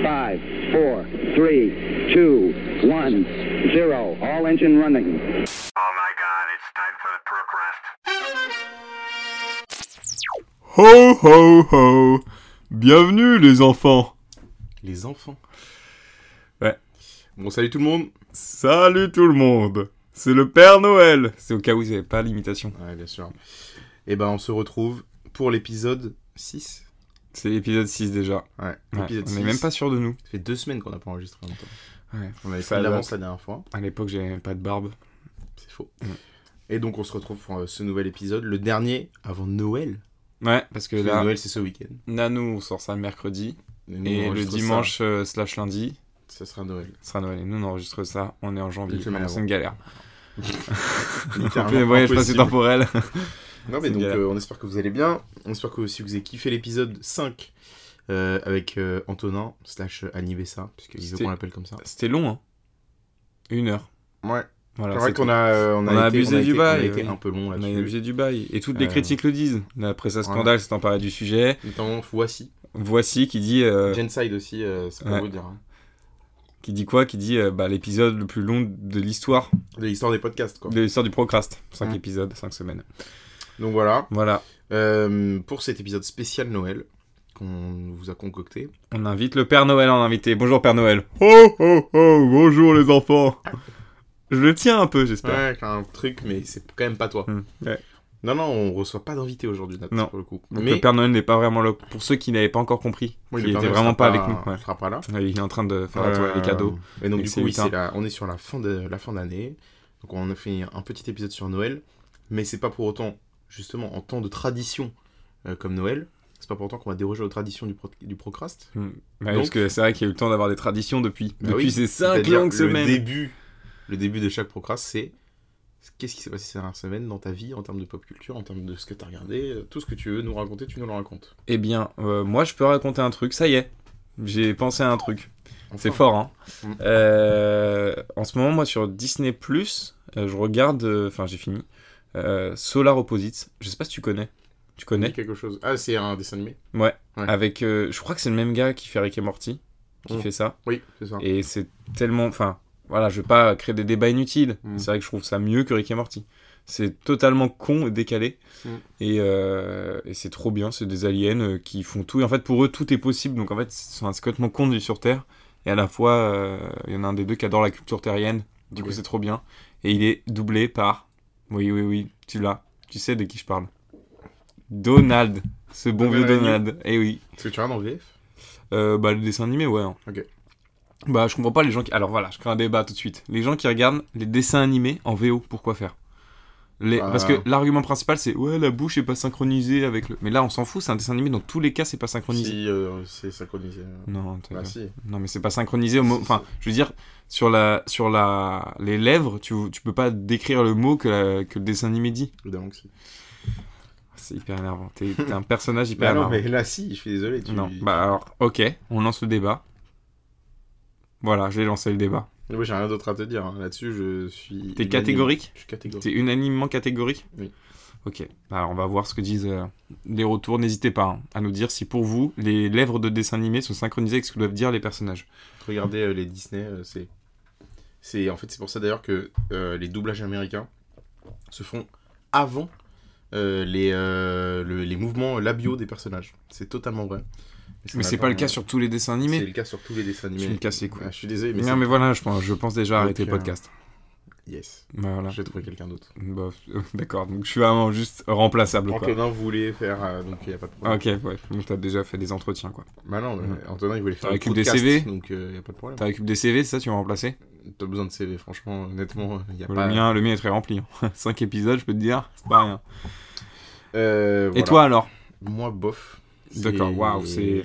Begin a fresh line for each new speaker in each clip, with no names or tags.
Five, four, three, two, one, zero. All engine running.
Oh my god, it's time for the perk rest.
Ho ho ho Bienvenue les enfants
Les enfants.
Ouais.
Bon, salut tout le monde.
Salut tout le monde C'est le Père Noël C'est au cas où vous n'avez pas l'imitation.
Ouais, bien sûr. Et ben, on se retrouve pour l'épisode 6.
C'est l'épisode 6 déjà.
Ouais,
Ouais,
l'épisode
on
6.
n'est même pas sûr de nous.
Ça fait deux semaines qu'on n'a pas enregistré en même temps. On avait
Ça
fait
date.
de
Mm.
l'avance la dernière fois.
À l'époque j'avais même pas de barbe.
C'est faux. Et donc, on se retrouve pour euh, ce nouvel épisode, le dernier avant Noël.
Ouais, parce que
Parce que
là,
Noël, c'est ce week-end.
là, nous on sort ça le mercredi.
Nous, on
et le
enregistre ça.
dimanche euh, slash lundi,
Ça, sera Noël.
ce sera Noël. Et nous on enregistre ça, on est en janvier.
Une semaine
Enfin,
avant.
C'est une galère. On fait
Littéralement
un voyage passé
impossible.
temporel.
Non
C'est
mais
une
donc
galère.
euh, on espère que vous allez bien. On espère que aussi vous avez kiffé l'épisode 5 euh, avec euh, Antonin slash Annie Bessa, puisqu'il veut
C'était-
qu'on l'appelle comme ça.
C'était long, hein. Une heure.
Ouais.
Voilà,
C'est
c'est
vrai qu'on
tout.
a, euh, on a,
On a
été-
abusé
on a
du
été-
bail,
On a été
oui.
un peu long
On est
là-dessus.
obligé du bail. Et toutes les
Euh,
critiques le disent. La presse à
voilà.
scandale s'est emparée du sujet.
Notamment Voici.
Voici qui dit euh,
Genside aussi, euh, c'est pour
ouais.
vous dire. hein.
qui dit quoi Qui dit euh, bah, l'épisode le plus long de l'histoire
De l'histoire des podcasts quoi.
de l'histoire du Procrast. 5
Mm.
épisodes, 5 semaines.
Donc voilà.
Voilà,
Euh, pour cet épisode spécial Noël qu'on vous a concocté.
on invite le Père Noël en invité. Bonjour Père Noël. Oh oh oh, bonjour les enfants. Je le tiens un peu, j'espère.
Ouais, un truc, mais c'est quand même pas toi.
Mm. Ouais.
Non, non, on reçoit pas d'invité aujourd'hui, Nat,
Non.
pour le coup.
Donc
mais
le Père Noël n'est pas vraiment là. Pour ceux qui n'avaient pas encore compris,
Oui,
qui
le Père
n'étaient
Noël
vraiment
sera
pas avec nous.
Il sera pas là.
ouais. Il est en train de faire la toile des
Euh,
cadeaux.
Et donc
Et
du
c'est
coup, oui,
huit, hein.
c'est la- on est sur la fin de la fin d'année. Donc on a fait un petit épisode sur Noël, mais c'est pas pour autant, justement, en temps de tradition euh, comme Noël, c'est pas pour autant qu'on va déroger aux traditions du, pro- du Procrast.
Mm. Ouais, parce
Donc-
que c'est vrai qu'il y a eu le temps d'avoir des traditions depuis.
Bah
depuis
oui,
ces 5
C'est-à-dire,
longues
Le
semaines.
début, le début de chaque Procrast, c'est qu'est-ce qui s'est passé ces dernières semaines dans ta vie en termes de pop culture, en termes de ce que t'as regardé, euh, tout ce que tu veux nous raconter, tu nous le racontes.
Eh bien, euh, moi je peux raconter un truc, ça y est. J'ai pensé à un truc.
Enfin,
C'est fort, hein.
Mm.
Euh, en ce moment, moi sur Disney, euh, je regarde. euh, Enfin, j'ai fini. euh, Solar Opposites. Je sais pas si tu connais. Tu
on dit
connais
quelque chose. Ah, c'est un dessin animé. Ouais.
Avec. euh, je crois que c'est le même gars qui fait Rick et Morty. Qui
Mm.
fait ça.
Oui, c'est ça.
Et c'est tellement. Enfin, voilà, je veux pas créer des débats inutiles.
Mm.
C'est vrai que je trouve ça mieux que Rick et Morty. C'est totalement con et décalé.
Mm.
Et, euh, et c'est trop bien. C'est des aliens euh, qui font tout. Et en fait, pour eux, tout est possible. Donc en fait, c'est un complètement con de vivre sur Terre. Et à la fois, euh, il y en a un des deux qui adore la culture terrienne. Du coup,
Ok.
c'est trop bien. Et il est doublé par. Oui, oui, oui, tu l'as. Tu sais de qui je parle. Donald. Ce bon
Donald
vieux Donald. Eh oui.
Est-ce que tu regardes en VF
Euh, bah, le dessin animé, ouais. hein.
Ok.
Bah, je comprends pas les gens qui. Alors voilà, je crée un débat tout de suite. Les gens qui regardent les dessins animés en VO, pourquoi faire les...
Bah.
Parce que l'argument principal, c'est ouais, la bouche est pas synchronisée avec le. Mais là, on s'en fout, c'est un dessin animé, dans tous les cas, c'est pas synchronisé.
Si, euh, c'est synchronisé. euh.
Non, t'as-
Bah si.
non, mais c'est pas synchronisé au mot.
Si,
Enfin, je veux dire, sur, la... sur la... les lèvres, tu... tu peux pas décrire le mot que, la- que le dessin animé dit.
Évidemment que si.
C'est hyper énervant. T'es t'es un personnage hyper
Bah non,
énervant.
mais là, si, je suis désolé. Tu...
Non, bah alors, ok, on lance le débat. Voilà, j'ai lancé le débat.
Mais Moi, j'ai rien d'autre à te dire. hein. Là-dessus, je suis.
T'es
unanime.
catégorique
Je suis catégorique.
T'es unanimement catégorique
Oui.
Ok, alors on va voir ce que disent euh, les retours. N'hésitez pas hein, à nous dire si pour vous, les lèvres de dessin animé sont synchronisées avec ce que doivent dire les personnages.
Regardez euh, les Disney, euh, c'est. C'est en fait c'est pour ça d'ailleurs que euh, les doublages américains se font avant euh, les, euh, le- les mouvements labiaux des personnages. C'est totalement vrai. ça
Mais
n'a
c'est pas le cas
vraiment-
sur tous les dessins
C'est
animés.
le cas sur tous les dessins
Tu
animés.
me casses les couilles.
Ah, je suis désolé, mais,
non,
c'est-
mais voilà, je pense, je pense déjà
Donc,
arrêter le
euh,
podcast. Bah,
yes.
Voilà.
J'ai trouvé quelqu'un d'autre.
Bah, D'accord, donc je suis vraiment juste remplaçable. Quoi.
Antonin voulait faire euh, donc il y a pas de problème.
Ok, ouais, donc t'as déjà fait des entretiens quoi.
Bah non, mais
Mhm.
Antonin il voulait faire
T'as
un
récup des
podcast,
CV?
donc euh, il n'y a pas de problème.
T'as récupéré des CV, c'est ça, tu vas remplacer
T'as besoin de CV, franchement, honnêtement, il n'y a
le,
pas.
mien, le mien est très rempli. 5 épisodes, je peux te dire, c'est pas rien.
Euh,
Et
voilà.
toi alors
Moi, bof. C'est-
D'accord, waouh, c'est.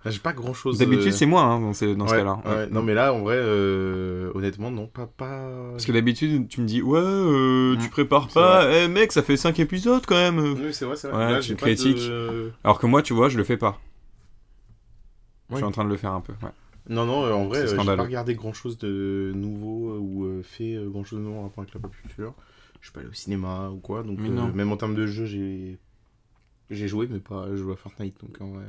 Enfin, J'ai pas grand chose. euh,
D'habitude, c'est moi hein, dans, ce- dans ce cas-là.
Non, mais là, en vrai, euh, honnêtement, non, pas. pas...
Parce que d'habitude, tu me dis, ouais, euh, tu
Mm.
prépares
C'est Mm.
pas, eh mec, ça fait 5 épisodes quand même.
Oui, c'est vrai, c'est vrai.
Ouais,
Là,
tu
j'ai
me
pas de-
critiques. Alors que moi, tu vois, je le fais pas. Je
Ouais.
suis en train de le faire un peu. ouais.
Non, non, euh, en vrai,
C'est
euh, j'ai pas
scandaleux.
regardé grand chose de nouveau euh, ou euh, fait euh, grand chose de nouveau en rapport avec la pop culture. Je suis pas allé au cinéma ou quoi, donc
Mais
euh,
non.
même en termes de jeu, j'ai. J'ai joué, mais pas joué à Fortnite, donc en vrai.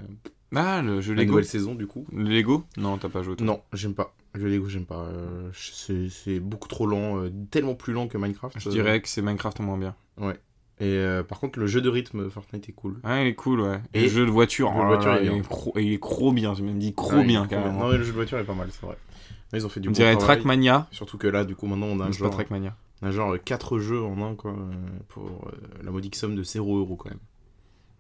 Ah, le jeu
La
Lego.
nouvelle saison, du coup.
Le Lego Non, t'as pas joué. toi.
Non, j'aime pas. Le Lego, j'aime pas. Euh, c'est c'est beaucoup trop lent, euh, tellement plus lent que Minecraft.
Je
euh,
dirais que c'est Minecraft en moins bien.
Ouais. Et euh, par contre, le jeu de rythme euh, Fortnite est cool.
Ah, il est cool, ouais. Et
Et
le jeu de voiture,
le
oh là
voiture,
là,
il
il,
est
est
bien.
cro- il est trop bien. J'ai même dit trop bien,
Ouais, il est cool.
carrément.
Non, mais le jeu de voiture est pas mal, c'est vrai. Là, ils ont fait du
On
bon
dirait
travail.
Trackmania.
Surtout que là, du coup, maintenant, on
mais
a un
C'est pas
genre,
Trackmania.
on a genre 4 jeux en un, quoi, euh, pour euh, la modique somme de 0 euros quand même.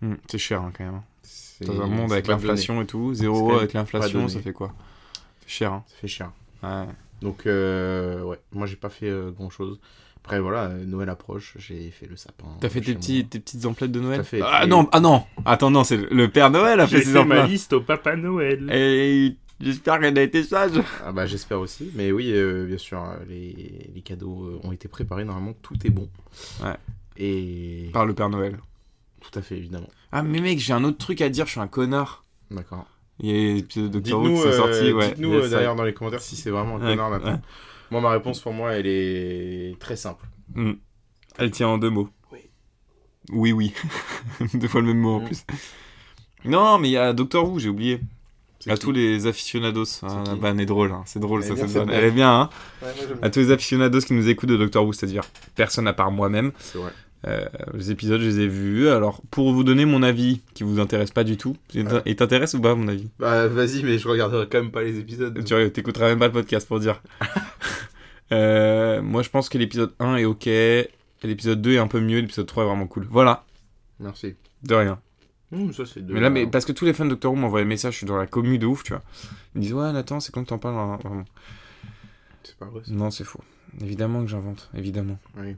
Hmm, c'est cher, hein, quand même.
C'est
Dans un monde
c'est
avec
pas donné.
l'inflation et tout,
C'est quand
zéro
même
avec l'inflation,
donné.
ça fait quoi C'est cher, hein.
Ça fait cher.
Ouais.
Donc, euh, ouais, moi, j'ai pas fait grand chose. Après, voilà, euh, Noël approche, j'ai fait le sapin.
T'as fait
chez
tes,
moi.
petits, tes petites emplettes de Noël
Tout à fait.
Ah
Et-
non, ah non Attends, non, c'est le- le Père Noël a fait
J'ai
ses
fait ma
emplettes.
liste au Papa Noël.
Et j'espère qu'elle a été sage.
Ah bah j'espère aussi, mais oui, euh, bien sûr, euh, les, les cadeaux euh, ont été préparés, normalement tout est bon.
Ouais. Ah.
Et...
Par le Père Noël.
Tout à fait, évidemment.
Ah, mais mec, j'ai un autre truc à dire, je suis un connard.
D'accord.
Il y a l'épisode de Doctor Who
Dites-nous
qui s'est sorti,
euh,
ouais.
dites-nous,
Yes,
euh,
ouais.
d'ailleurs dans les commentaires si c'est vraiment un
Ouais,
connard Nathan.
ouais.
Moi ma réponse pour moi elle est très simple.
Elle tient en deux mots.
Oui.
Oui, oui. deux fois le même mot en
Mm.
plus. Non, mais il y a Doctor Who, j'ai oublié.
C'est
À
qui
tous les aficionados. hein,
qui
la vanne est drôle, hein, c'est drôle,
Elle est
ça,
bien,
cette
cette
vanne.
vanne.
Elle est bien, hein.
Ouais, moi, j'aime
À
bien.
tous les aficionados qui nous écoutent de Doctor Who, c'est-à-dire personne à part moi-même.
C'est vrai.
Euh, les épisodes, je les ai vus. Alors, pour vous donner mon avis, qui vous intéresse pas du tout, et t'in- et t'intéresse ou pas, mon avis
Bah vas-y mais je regarderai quand même pas les épisodes.
Tu t'écouteras même pas le podcast pour dire. Euh, moi, je pense que l'épisode 1 est ok, et l'épisode 2 est un peu mieux, l'épisode 3 est vraiment cool. Voilà,
Merci.
de rien.
Hum, ça c'est de...
Mais là, mais parce que tous les fans de Doctor Who m'envoient des messages, je suis dans la commu de ouf, tu vois. Ils me disent, ouais, Nathan, c'est quand que t'en parles hein, vraiment.
C'est pas vrai. ça.
Non, c'est faux. Évidemment que j'invente, évidemment.
Oui.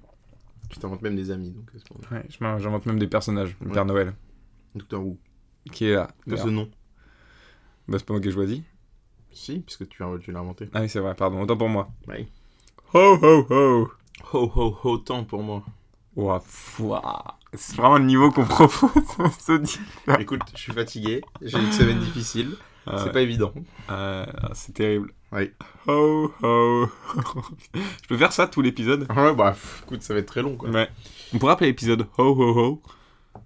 Tu t'inventes même des amis donc euh, c'est pour
Ouais, je m'in- j'invente même des personnages. Le
Ouais.
Père Noël,
Docteur Who.
qui est là.
De
Merde.
ce nom.
Bah, c'est pas moi qui ai choisi.
Si, puisque tu, tu l'as inventé.
Ah oui, c'est vrai, pardon, autant pour moi.
Oui.
Ho ho ho
Ho ho ho tant pour moi.
Ouah, pff, ouah. C'est vraiment le niveau qu'on propose, on se dit.
Écoute, je suis fatigué, j'ai une semaine difficile,
Ah,
c'est pas évident.
euh, ah, c'est terrible.
Oui.
Ho ho Je peux faire ça tout l'épisode
Ouais, bah pff, écoute, ça va être très long quoi.
Ouais. On pourrait appeler l'épisode Ho ho ho.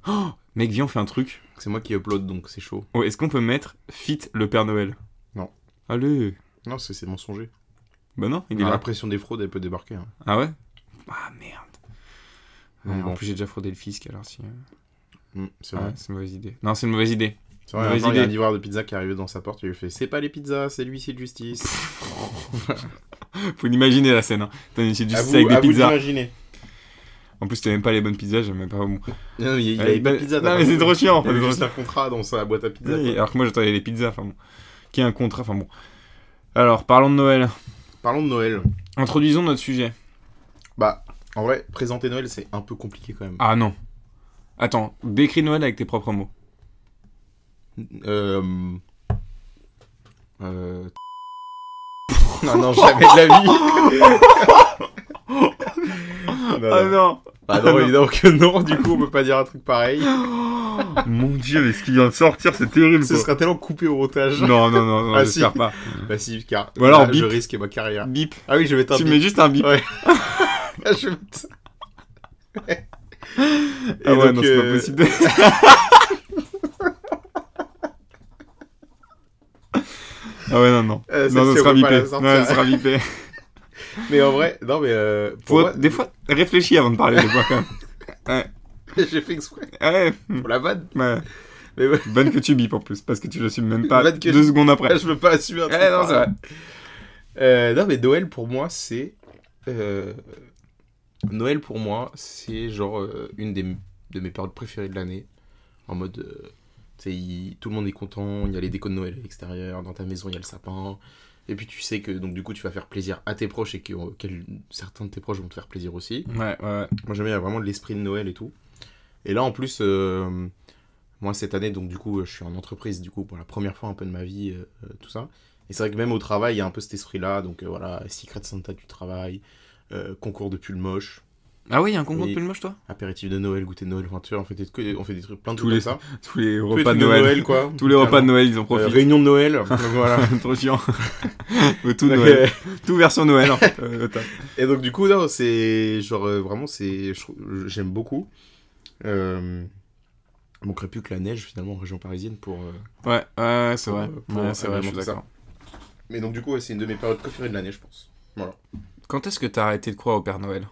Oh, mec, viens, on fait un truc.
C'est moi qui upload donc c'est chaud.
Ouais, Est-ce qu'on peut mettre Fit le Père Noël
Non.
Allez
Non, c'est c'est mensonger.
Bah non, il est
Ah, La
là.
pression des fraudes, elle peut débarquer. hein.
Ah ouais Ah merde.
Non,
Ouais, En
bon.
plus, j'ai déjà fraudé le fisc alors si. euh,
Mm, c'est
Ah,
vrai.
c'est une mauvaise idée. Non, c'est une mauvaise idée.
C'est vrai,
Mauvaise
encore, il y a un
idée.
livreur de pizza qui est arrivé dans sa porte, il lui fait C'est pas les pizzas, c'est l'huissier de justice.
Faut l'imaginer la scène. Hein. T'as une du
À
avec
vous-
des
à vous
pizzas.
d'imaginer.
En plus, t'as même pas les bonnes pizzas, j'aime même pas. bon.
Non, mais il, il
Euh,
avait
bah,
pas de pizza. t'as
non,
pas
mais c'est
compris.
trop chiant.
Il avait
c'est trop
juste un contrat dans sa boîte à pizza.
chiant. Oui,
quoi.
alors que moi, j'attendais les pizzas. Enfin bon. Qui a un contrat. Enfin bon. Alors, parlons de Noël.
Parlons de Noël.
Introduisons notre sujet.
Bah, en vrai, présenter Noël, c'est un peu compliqué quand même.
Ah non. Attends, décris Noël avec tes propres mots.
Euh. Euh. non, non, jamais de la vie. non, non.
Ah, non
Bah non, évidemment que non, du coup on peut pas dire un truc pareil.
Mon dieu, mais ce qui vient de sortir, c'est terrible.
Ce sera tellement coupé au montage.
Non, non, non, non
Ah,
j'espère
si.
pas.
Bah si, car
Ou alors
là,
bip.
je risque ma carrière.
Bip.
Ah oui, je vais mettre un
Tu
bip.
mets juste un bip.
Ouais. Je vais mettre ça. Et
Ah ouais,
donc,
non, c'est pas
euh,
possible. de- ah ouais, non, non.
Euh,
non, ça
celle-ci, on
sera
peut
bipé.
pas la
Ouais,
sortir.
ça sera bipé.
Mais en vrai, non mais euh,
Faut-
pour moi,
Des fois, réfléchis avant de parler des fois, quand même.
j'ai fait exprès
Ouais, hmm,
pour la vanne.
ouais.
Mais ouais,
Bonne que tu bipes en plus, parce que tu l'assumes même pas
Bonne que
deux
je-
secondes après.
je veux pas assumer un truc.
Eh, non, c'est vrai.
pareil. Euh, non mais Noël pour moi c'est euh, Noël pour moi c'est genre euh, une des de mes périodes préférées de l'année en mode euh, tu sais, il- tout le monde est content il y a les décos de Noël à l'extérieur dans ta maison il y a le sapin et puis tu sais que donc du coup tu vas faire plaisir à tes proches et que euh, quel- certains de tes proches vont te faire plaisir aussi
Ouais, ouais, ouais.
moi j'aime bien vraiment l'esprit de Noël et tout et là en plus euh, moi cette année donc du coup je suis en entreprise du coup pour la première fois un peu de ma vie euh, euh, tout ça et c'est vrai que même au travail il y a un peu cet esprit là donc euh, voilà Secret Santa du travail euh, concours de pull moche
Ah oui, il y a un concours
Oui.
de pull moche, toi
apéritif de Noël goûter de Noël aventure on fait des, que- on fait des trucs plein de
Tous les
trucs comme ça
Tous les
Tous les
repas de
trucs
Noël.
quoi
Tous les repas de
Clairement.
Noël, ils en
Euh,
profitent.
réunion de Noël donc voilà
Trop chiant. tout
Donc,
Noël.
euh,
Tout version Noël, en fait. Euh, attends.
Et donc du coup, non, c'est genre euh, vraiment, c'est je trouve- j'aime beaucoup. Euh, Il manquerait plus que la neige finalement en région parisienne pour. euh,
Ouais, ouais, c'est vrai.
Pour- pour
Ouais, c'est vrai, je suis
alimenter ça.
d'accord.
Mais donc du coup, ouais, c'est une de mes périodes préférées de l'année, je pense.
Quand est-ce que t'as arrêté de croire au Père Noël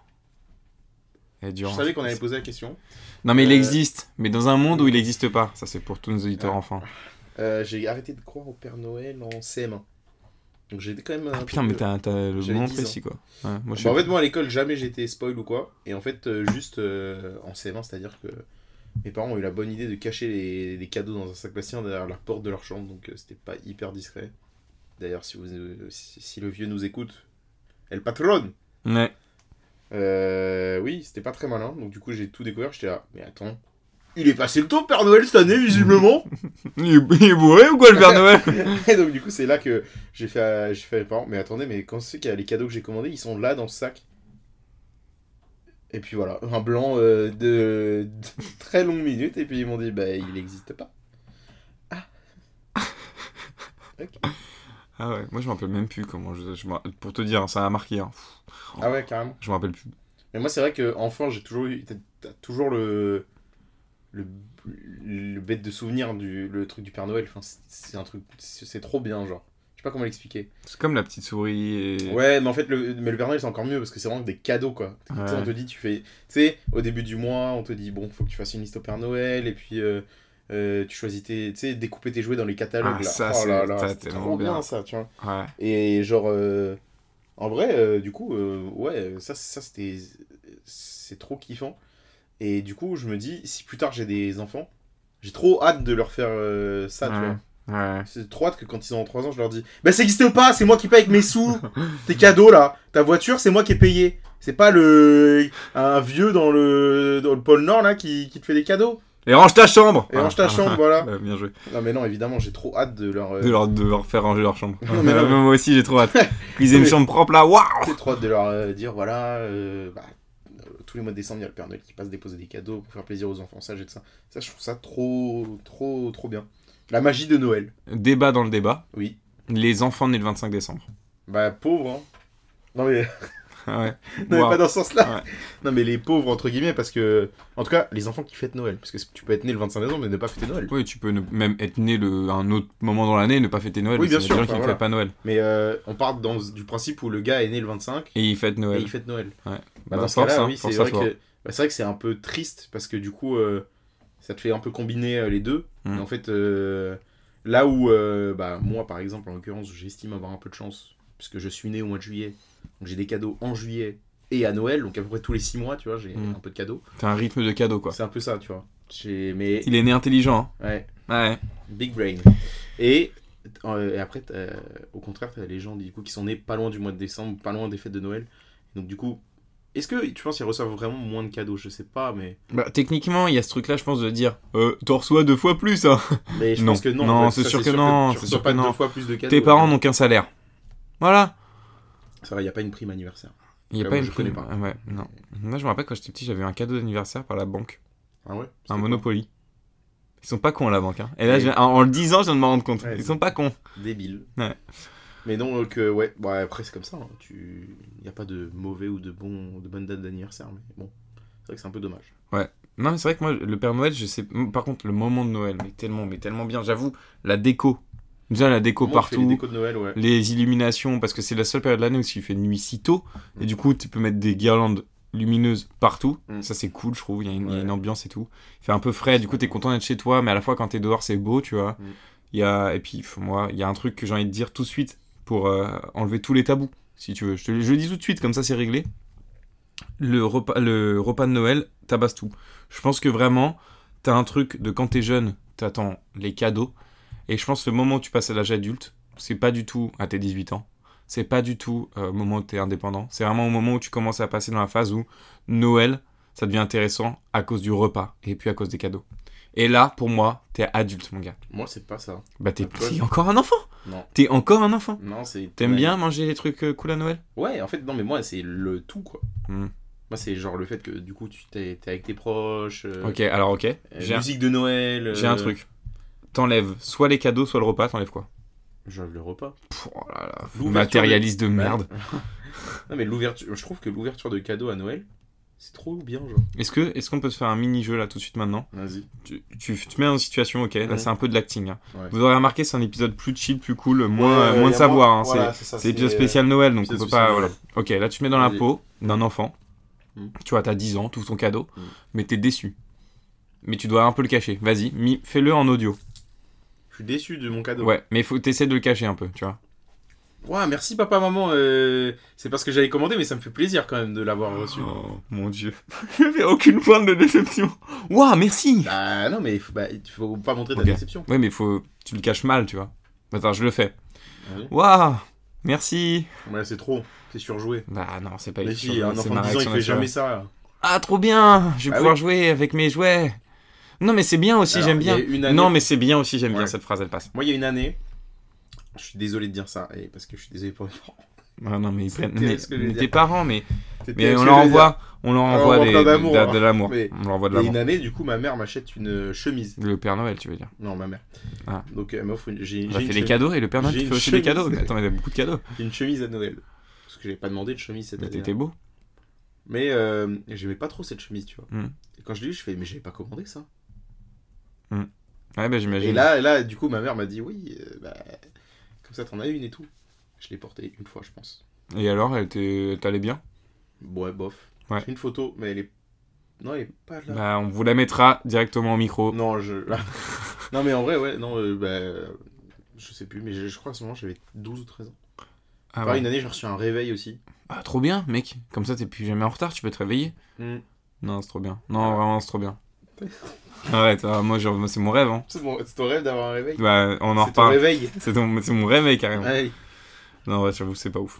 Elle est dure,
je
hein,
savais qu'on
pense.
allait poser la question.
Non, mais il
Euh,
existe, mais dans un monde où il n'existe pas. Ça, c'est pour tous nos auditeurs
Ah.
enfants.
Euh, j'ai arrêté de croire au Père Noël en CM1. Donc j'étais quand même. un
Ah,
peu-
putain, mais t'as t'as le
Euh, J'avais
moment
10 ans.
précis, quoi. Ouais, moi, je
Bah, en
sais
fait, moi à l'école, jamais j'étais spoil ou quoi. Et en fait, euh, juste euh, en CM1, c'est-à-dire que mes parents ont eu la bonne idée de cacher les, les cadeaux dans un sac plastique derrière la porte de leur chambre. Donc euh, c'était pas hyper discret. D'ailleurs, si, vous, euh, si, si le vieux nous écoute, elle patronne
pas. Ouais.
Euh, oui, c'était pas très malin. Donc du coup, j'ai tout découvert. J'étais là, mais attends, il est passé le temps Père Noël cette année visiblement.
Il est- il est bourré ou quoi, le Père Noël
Et donc du coup, c'est là que j'ai fait, à- j'ai fait à mes parents. Mais attendez, mais quand c'est qu'il y a les cadeaux que j'ai commandés, ils sont là dans le sac. Et puis voilà, un blanc euh, de, de très longue minute. Et puis ils m'ont dit, bah il n'existe pas.
Ah ouais, moi, je me rappelle même plus comment. Je, je me- pour te dire, ça a marqué. hein.
Ah ouais, carrément.
Je me rappelle plus.
Mais moi, c'est vrai que enfant, j'ai toujours eu, t'as- t'as toujours le le, le bête de souvenir du le truc du Père Noël. Enfin, c'est- c'est un truc, c'est c'est trop bien, genre. Je sais pas comment l'expliquer.
C'est comme la petite souris et.
Ouais, mais en fait, le, mais le Père Noël, c'est encore mieux parce que c'est vraiment des cadeaux, quoi. Tu sais,
Ouais.
on te dit, tu fais. Tu sais, au début du mois, on te dit, bon, faut que tu fasses une liste au Père Noël, et puis euh, euh, tu choisis tes. Tu sais, découper tes jouets dans les catalogues,
Ah,
là.
ça,
oh là
c'est-
là,
ça,
c'était
t'es
trop
vraiment
bien,
bien.
ça, tu vois.
Ouais.
Et genre. euh, en vrai, euh, du coup, euh, ouais, ça, ça c'était. C'est trop kiffant. Et du coup, je me dis, si plus tard j'ai des enfants, j'ai trop hâte de leur faire euh, ça, tu
Ouais.
vois.
Ouais.
C'est trop hâte que quand ils ont 3 ans, je leur dis Bah, ça existe pas, c'est moi qui paye avec mes sous, tes cadeaux là, ta voiture, c'est moi qui ai payé. C'est pas le. un vieux dans le, dans le pôle Nord là qui, qui te fait des cadeaux.
Et range ta chambre
Et range ta chambre, voilà.
Ouais, bien joué.
Non, mais non, évidemment, j'ai trop hâte de leur. euh,
De leur, de leur faire ranger leur chambre.
Non, mais non,
Euh, Moi aussi, j'ai trop hâte. Qu'ils aient une
Mais-
chambre propre là, waouh
j'ai trop hâte de leur euh, dire voilà, euh, bah, euh, tous les mois de décembre, il y a le Père Noël qui passe déposer des cadeaux pour faire plaisir aux enfants, ça, j'ai de ça. Ça, je trouve ça trop, trop, trop bien. La magie de Noël,
Débat dans le débat.
oui.
Les enfants nés le 25 décembre.
Bah, pauvre, hein. Non, mais.
Ah ouais.
Non, mais
Waouh.
pas dans ce sens-là.
Ouais.
Non, mais les pauvres, entre guillemets, parce que. En tout cas, les enfants qui fêtent Noël. Parce que tu peux être né le 25 décembre, mais ne pas fêter Noël.
Oui, tu peux ne- même être né le, un autre moment dans l'année et ne pas fêter Noël.
Oui, bien
parce
sûr,
qu'il y a des gens
enfin,
qui ne
voilà.
fêtent pas Noël.
Mais euh, on part dans, du principe où le gars est né le 25
Et ils fêtent
et
Noël.
il fête Noël.
Bah,
Bah, dans ce
force,
cas-là,
hein,
oui, c'est
force à
vrai,
toi.
que... bah, c'est vrai que c'est un peu triste parce que du coup, euh, ça te fait un peu combiner euh, les deux.
Mm.
Et en fait, euh, là où euh, bah, moi, par exemple, en l'occurrence, j'estime avoir un peu de chance puisque je suis né au mois de juillet, donc j'ai des cadeaux en juillet et à Noël, donc à peu près tous les 6 mois, tu vois, j'ai
Mm.
un peu de cadeaux.
T'as un rythme de cadeau, quoi.
C'est un peu ça, tu vois. J'ai- Mais
Il est né intelligent.
ouais.
hein. Ouais.
Big brain. Et, euh, et après, t'as- au contraire, t'as les gens du coup, qui sont nés pas loin du mois de décembre, pas loin des fêtes de Noël. Donc du coup, est-ce que tu penses qu'ils reçoivent vraiment moins de cadeaux Je sais pas, mais,
Bah, techniquement, il y a ce truc-là, je pense, de dire euh, T'en reçois deux fois plus, hein.
mais je
Non.
pense que non.
Non,
en fait,
c'est
ça,
sûr que non,
Tu
c'est
reçois
sûr
pas
que
deux
non.
fois plus de cadeaux.
Tes parents n'ont qu'un salaire. Voilà.
Ça va, il n'y a pas une prime anniversaire.
Il n'y a
Ah,
pas
moi,
une
je connais
prime.
pas.
Ah Ouais, non. Moi, je me rappelle quand j'étais petit, j'avais eu un cadeau d'anniversaire par la banque.
Ah ouais
Un
C'était
Monopoly. Ils sont pas cons, la banque. Hein. Et là,
Ouais.
je viens- en, en le disant, je viens de me rendre compte.
Ouais,
Ils
c'est-
sont pas cons.
quoi Débile.
Ouais.
Mais donc, euh, ouais, bah, après, c'est comme ça. hein. Tu... Il n'y a pas de mauvais ou de, bon... de bonne date d'anniversaire, mais bon. C'est vrai que c'est un peu dommage.
Non, mais c'est vrai que moi, le Père Noël, je sais. Par contre, le moment de Noël, mais tellement, mais tellement bien. J'avoue, la déco. Déjà, la déco
Moi, je fais
partout.
Les décos de Noël, ouais.
les illuminations, parce que c'est la seule période de l'année où il fait nuit si tôt, et du coup tu peux mettre des guirlandes lumineuses partout,
Mm.
ça c'est cool je trouve, il y, a une- il y a une
Ouais.
ambiance et tout, il fait un peu frais, du coup t'es content d'être chez toi, mais à la fois quand t'es dehors c'est beau, tu vois,
Mm.
il y a, et puis pff, moi, il y a un truc que j'ai envie de dire tout de suite, pour euh, enlever tous les tabous, si tu veux, je, te, le- je le dis tout de suite, comme ça c'est réglé, le repas, le repas de Noël tabasse tout, je pense que vraiment, t'as un truc de quand t'es jeune, t'attends les cadeaux, et je pense que le moment où tu passes à l'âge adulte, c'est pas du tout à tes 18 ans. C'est pas du tout euh, au moment où tu es indépendant. C'est vraiment au moment où tu commences à passer dans la phase où Noël, ça devient intéressant à cause du repas et puis à cause des cadeaux. Et là, pour moi, t'es adulte, mon gars.
Moi, c'est pas ça.
Bah, t'es
D'accord.
t'es encore un enfant.
Non.
T'es encore un enfant.
Non, c'est.
T'aimes
Ouais.
bien manger les trucs euh, cool à Noël
Ouais, en fait, non, mais moi, c'est le tout, quoi.
Hmm.
Moi, c'est genre le fait que, du coup, tu t'es t'es avec tes proches, euh,
Ok, alors ok.
euh,
J'ai un,
musique de Noël. euh,
j'ai un truc. T'enlèves soit les cadeaux, soit le repas, t'enlèves quoi
J'enlève le repas.
Pff, oh là là.
L'ouverture Bah,
Matérialiste de
de-
merde.
Non, mais l'ouverture. Je trouve que l'ouverture de cadeaux à Noël, C'est trop bien, genre.
Est-ce que est-ce qu'on peut se faire un mini-jeu là tout de suite maintenant
Vas-y.
tu, tu, tu te mets en situation, ok, là
Ouais.
c'est un peu de l'acting. hein.
Ouais.
Vous aurez remarqué, c'est un épisode plus chill, plus cool, moins,
Ouais,
euh,
ouais,
moins
y
de
a
savoir.
moins-
hein,
voilà,
c'est-
c'est ça,
c'est l'épisode
c'est, euh,
spécial Noël, donc on
épisode
peut
spécial
pas.
Noël.
Voilà. Ok, là tu te mets dans la
Vas-y.
peau d'un enfant.
Mm.
Tu vois, t'as 10 ans, tout ton cadeau,
Mm.
mais t'es déçu. Mais tu dois un peu le cacher. Vas-y, mi- fais-le en audio.
Je suis déçu de mon cadeau.
Ouais, mais faut t'essaies de le cacher un peu, tu vois.
Ouah, merci papa, maman. euh, C'est parce que j'avais commandé, mais ça me fait plaisir quand même de l'avoir reçu.
Oh mon dieu. J'avais aucune pointe de déception. Waouh, merci
Bah non, mais il faut, bah, il faut pas montrer ta
Ok.
déception.
Ouais, mais faut. Tu le caches mal, tu vois. Attends, je le fais.
Vas-y.
Waouh, merci
Mais là, c'est trop. C'est surjoué.
Bah non, c'est pas
Mais
écrit
si,
sur-
un
c'est
enfant
ma
de 10 ans, il
réaction
fait jamais
naturelle.
ça.
Ah, trop bien Je vais
Ah
pouvoir jouer avec mes jouets Non, mais c'est bien aussi,
Alors,
j'aime
il y a
bien.
une année-
Non, mais c'est bien aussi, j'aime bien
Ouais.
cette phrase, elle passe.
Moi, il y a une année, je suis désolé de dire ça, et parce que je suis désolé pour les parents.
Ah, non, mais ils
C'est
prennent.
terrible
mais-
ce que je vais
mais
dire.
tes parents, mais,
C'était
mais
ce
on
que
leur
j'allais dire.
envoie, on leur
leur
envoie
envoie
des-
plein
de,
d'amour,
de-
hein.
de l'amour.
Mais-
On leur envoie de
Il y a
l'amour.
une année, du coup, ma mère m'achète une chemise.
Le Père Noël, tu veux dire.
Non, ma mère. Donc, elle m'offre une. J'ai
Ah. On
j'ai
a
une,
fait les
chemise-
cadeaux et le Père Noël,
j'ai
tu
une
fais aussi des
chemise.
cadeaux. Mais attends, il y a beaucoup de cadeaux.
une chemise à Noël. Parce que j'avais pas demandé de chemise cette
Mais
année.
t'étais beau.
Mais euh, j'aimais pas trop cette chemise, tu vois.
Mm.
Et quand je l'ai eu, je fais, mais j'avais pas commandé ça.
Ouais, bah
Et
j'imagine.
là, là, du coup, ma mère m'a dit, oui, euh, bah, comme ça, t'en as une et tout. Je l'ai portée une fois, je pense.
Et alors, elle était- elle t'allait bien
Ouais, bof.
Ouais.
J'ai une photo, mais elle est. Non, elle est pas là.
Bah, oh. on vous la mettra directement au micro.
Non, je. non, mais en vrai, ouais, non, euh, bah, euh, je sais plus, mais je, je crois à ce moment, j'avais 12 ou 13 ans.
Ah,
Par
ouais.
une année, j'ai reçu un réveil aussi.
Ah, trop bien, mec. Comme ça, t'es plus jamais en retard, tu peux te réveiller. Non, c'est trop bien.
Ah.
Non, vraiment, c'est trop bien. Arrête, ah, moi, genre, moi, c'est mon rêve. Hein.
C'est bon, c'est ton rêve d'avoir un réveil.
Bah, on en
c'est ton
reparle.
réveil.
C'est ton- c'est mon réveil, carrément.
Ouais.
Non, ouais, j'avoue, c'est pas ouf.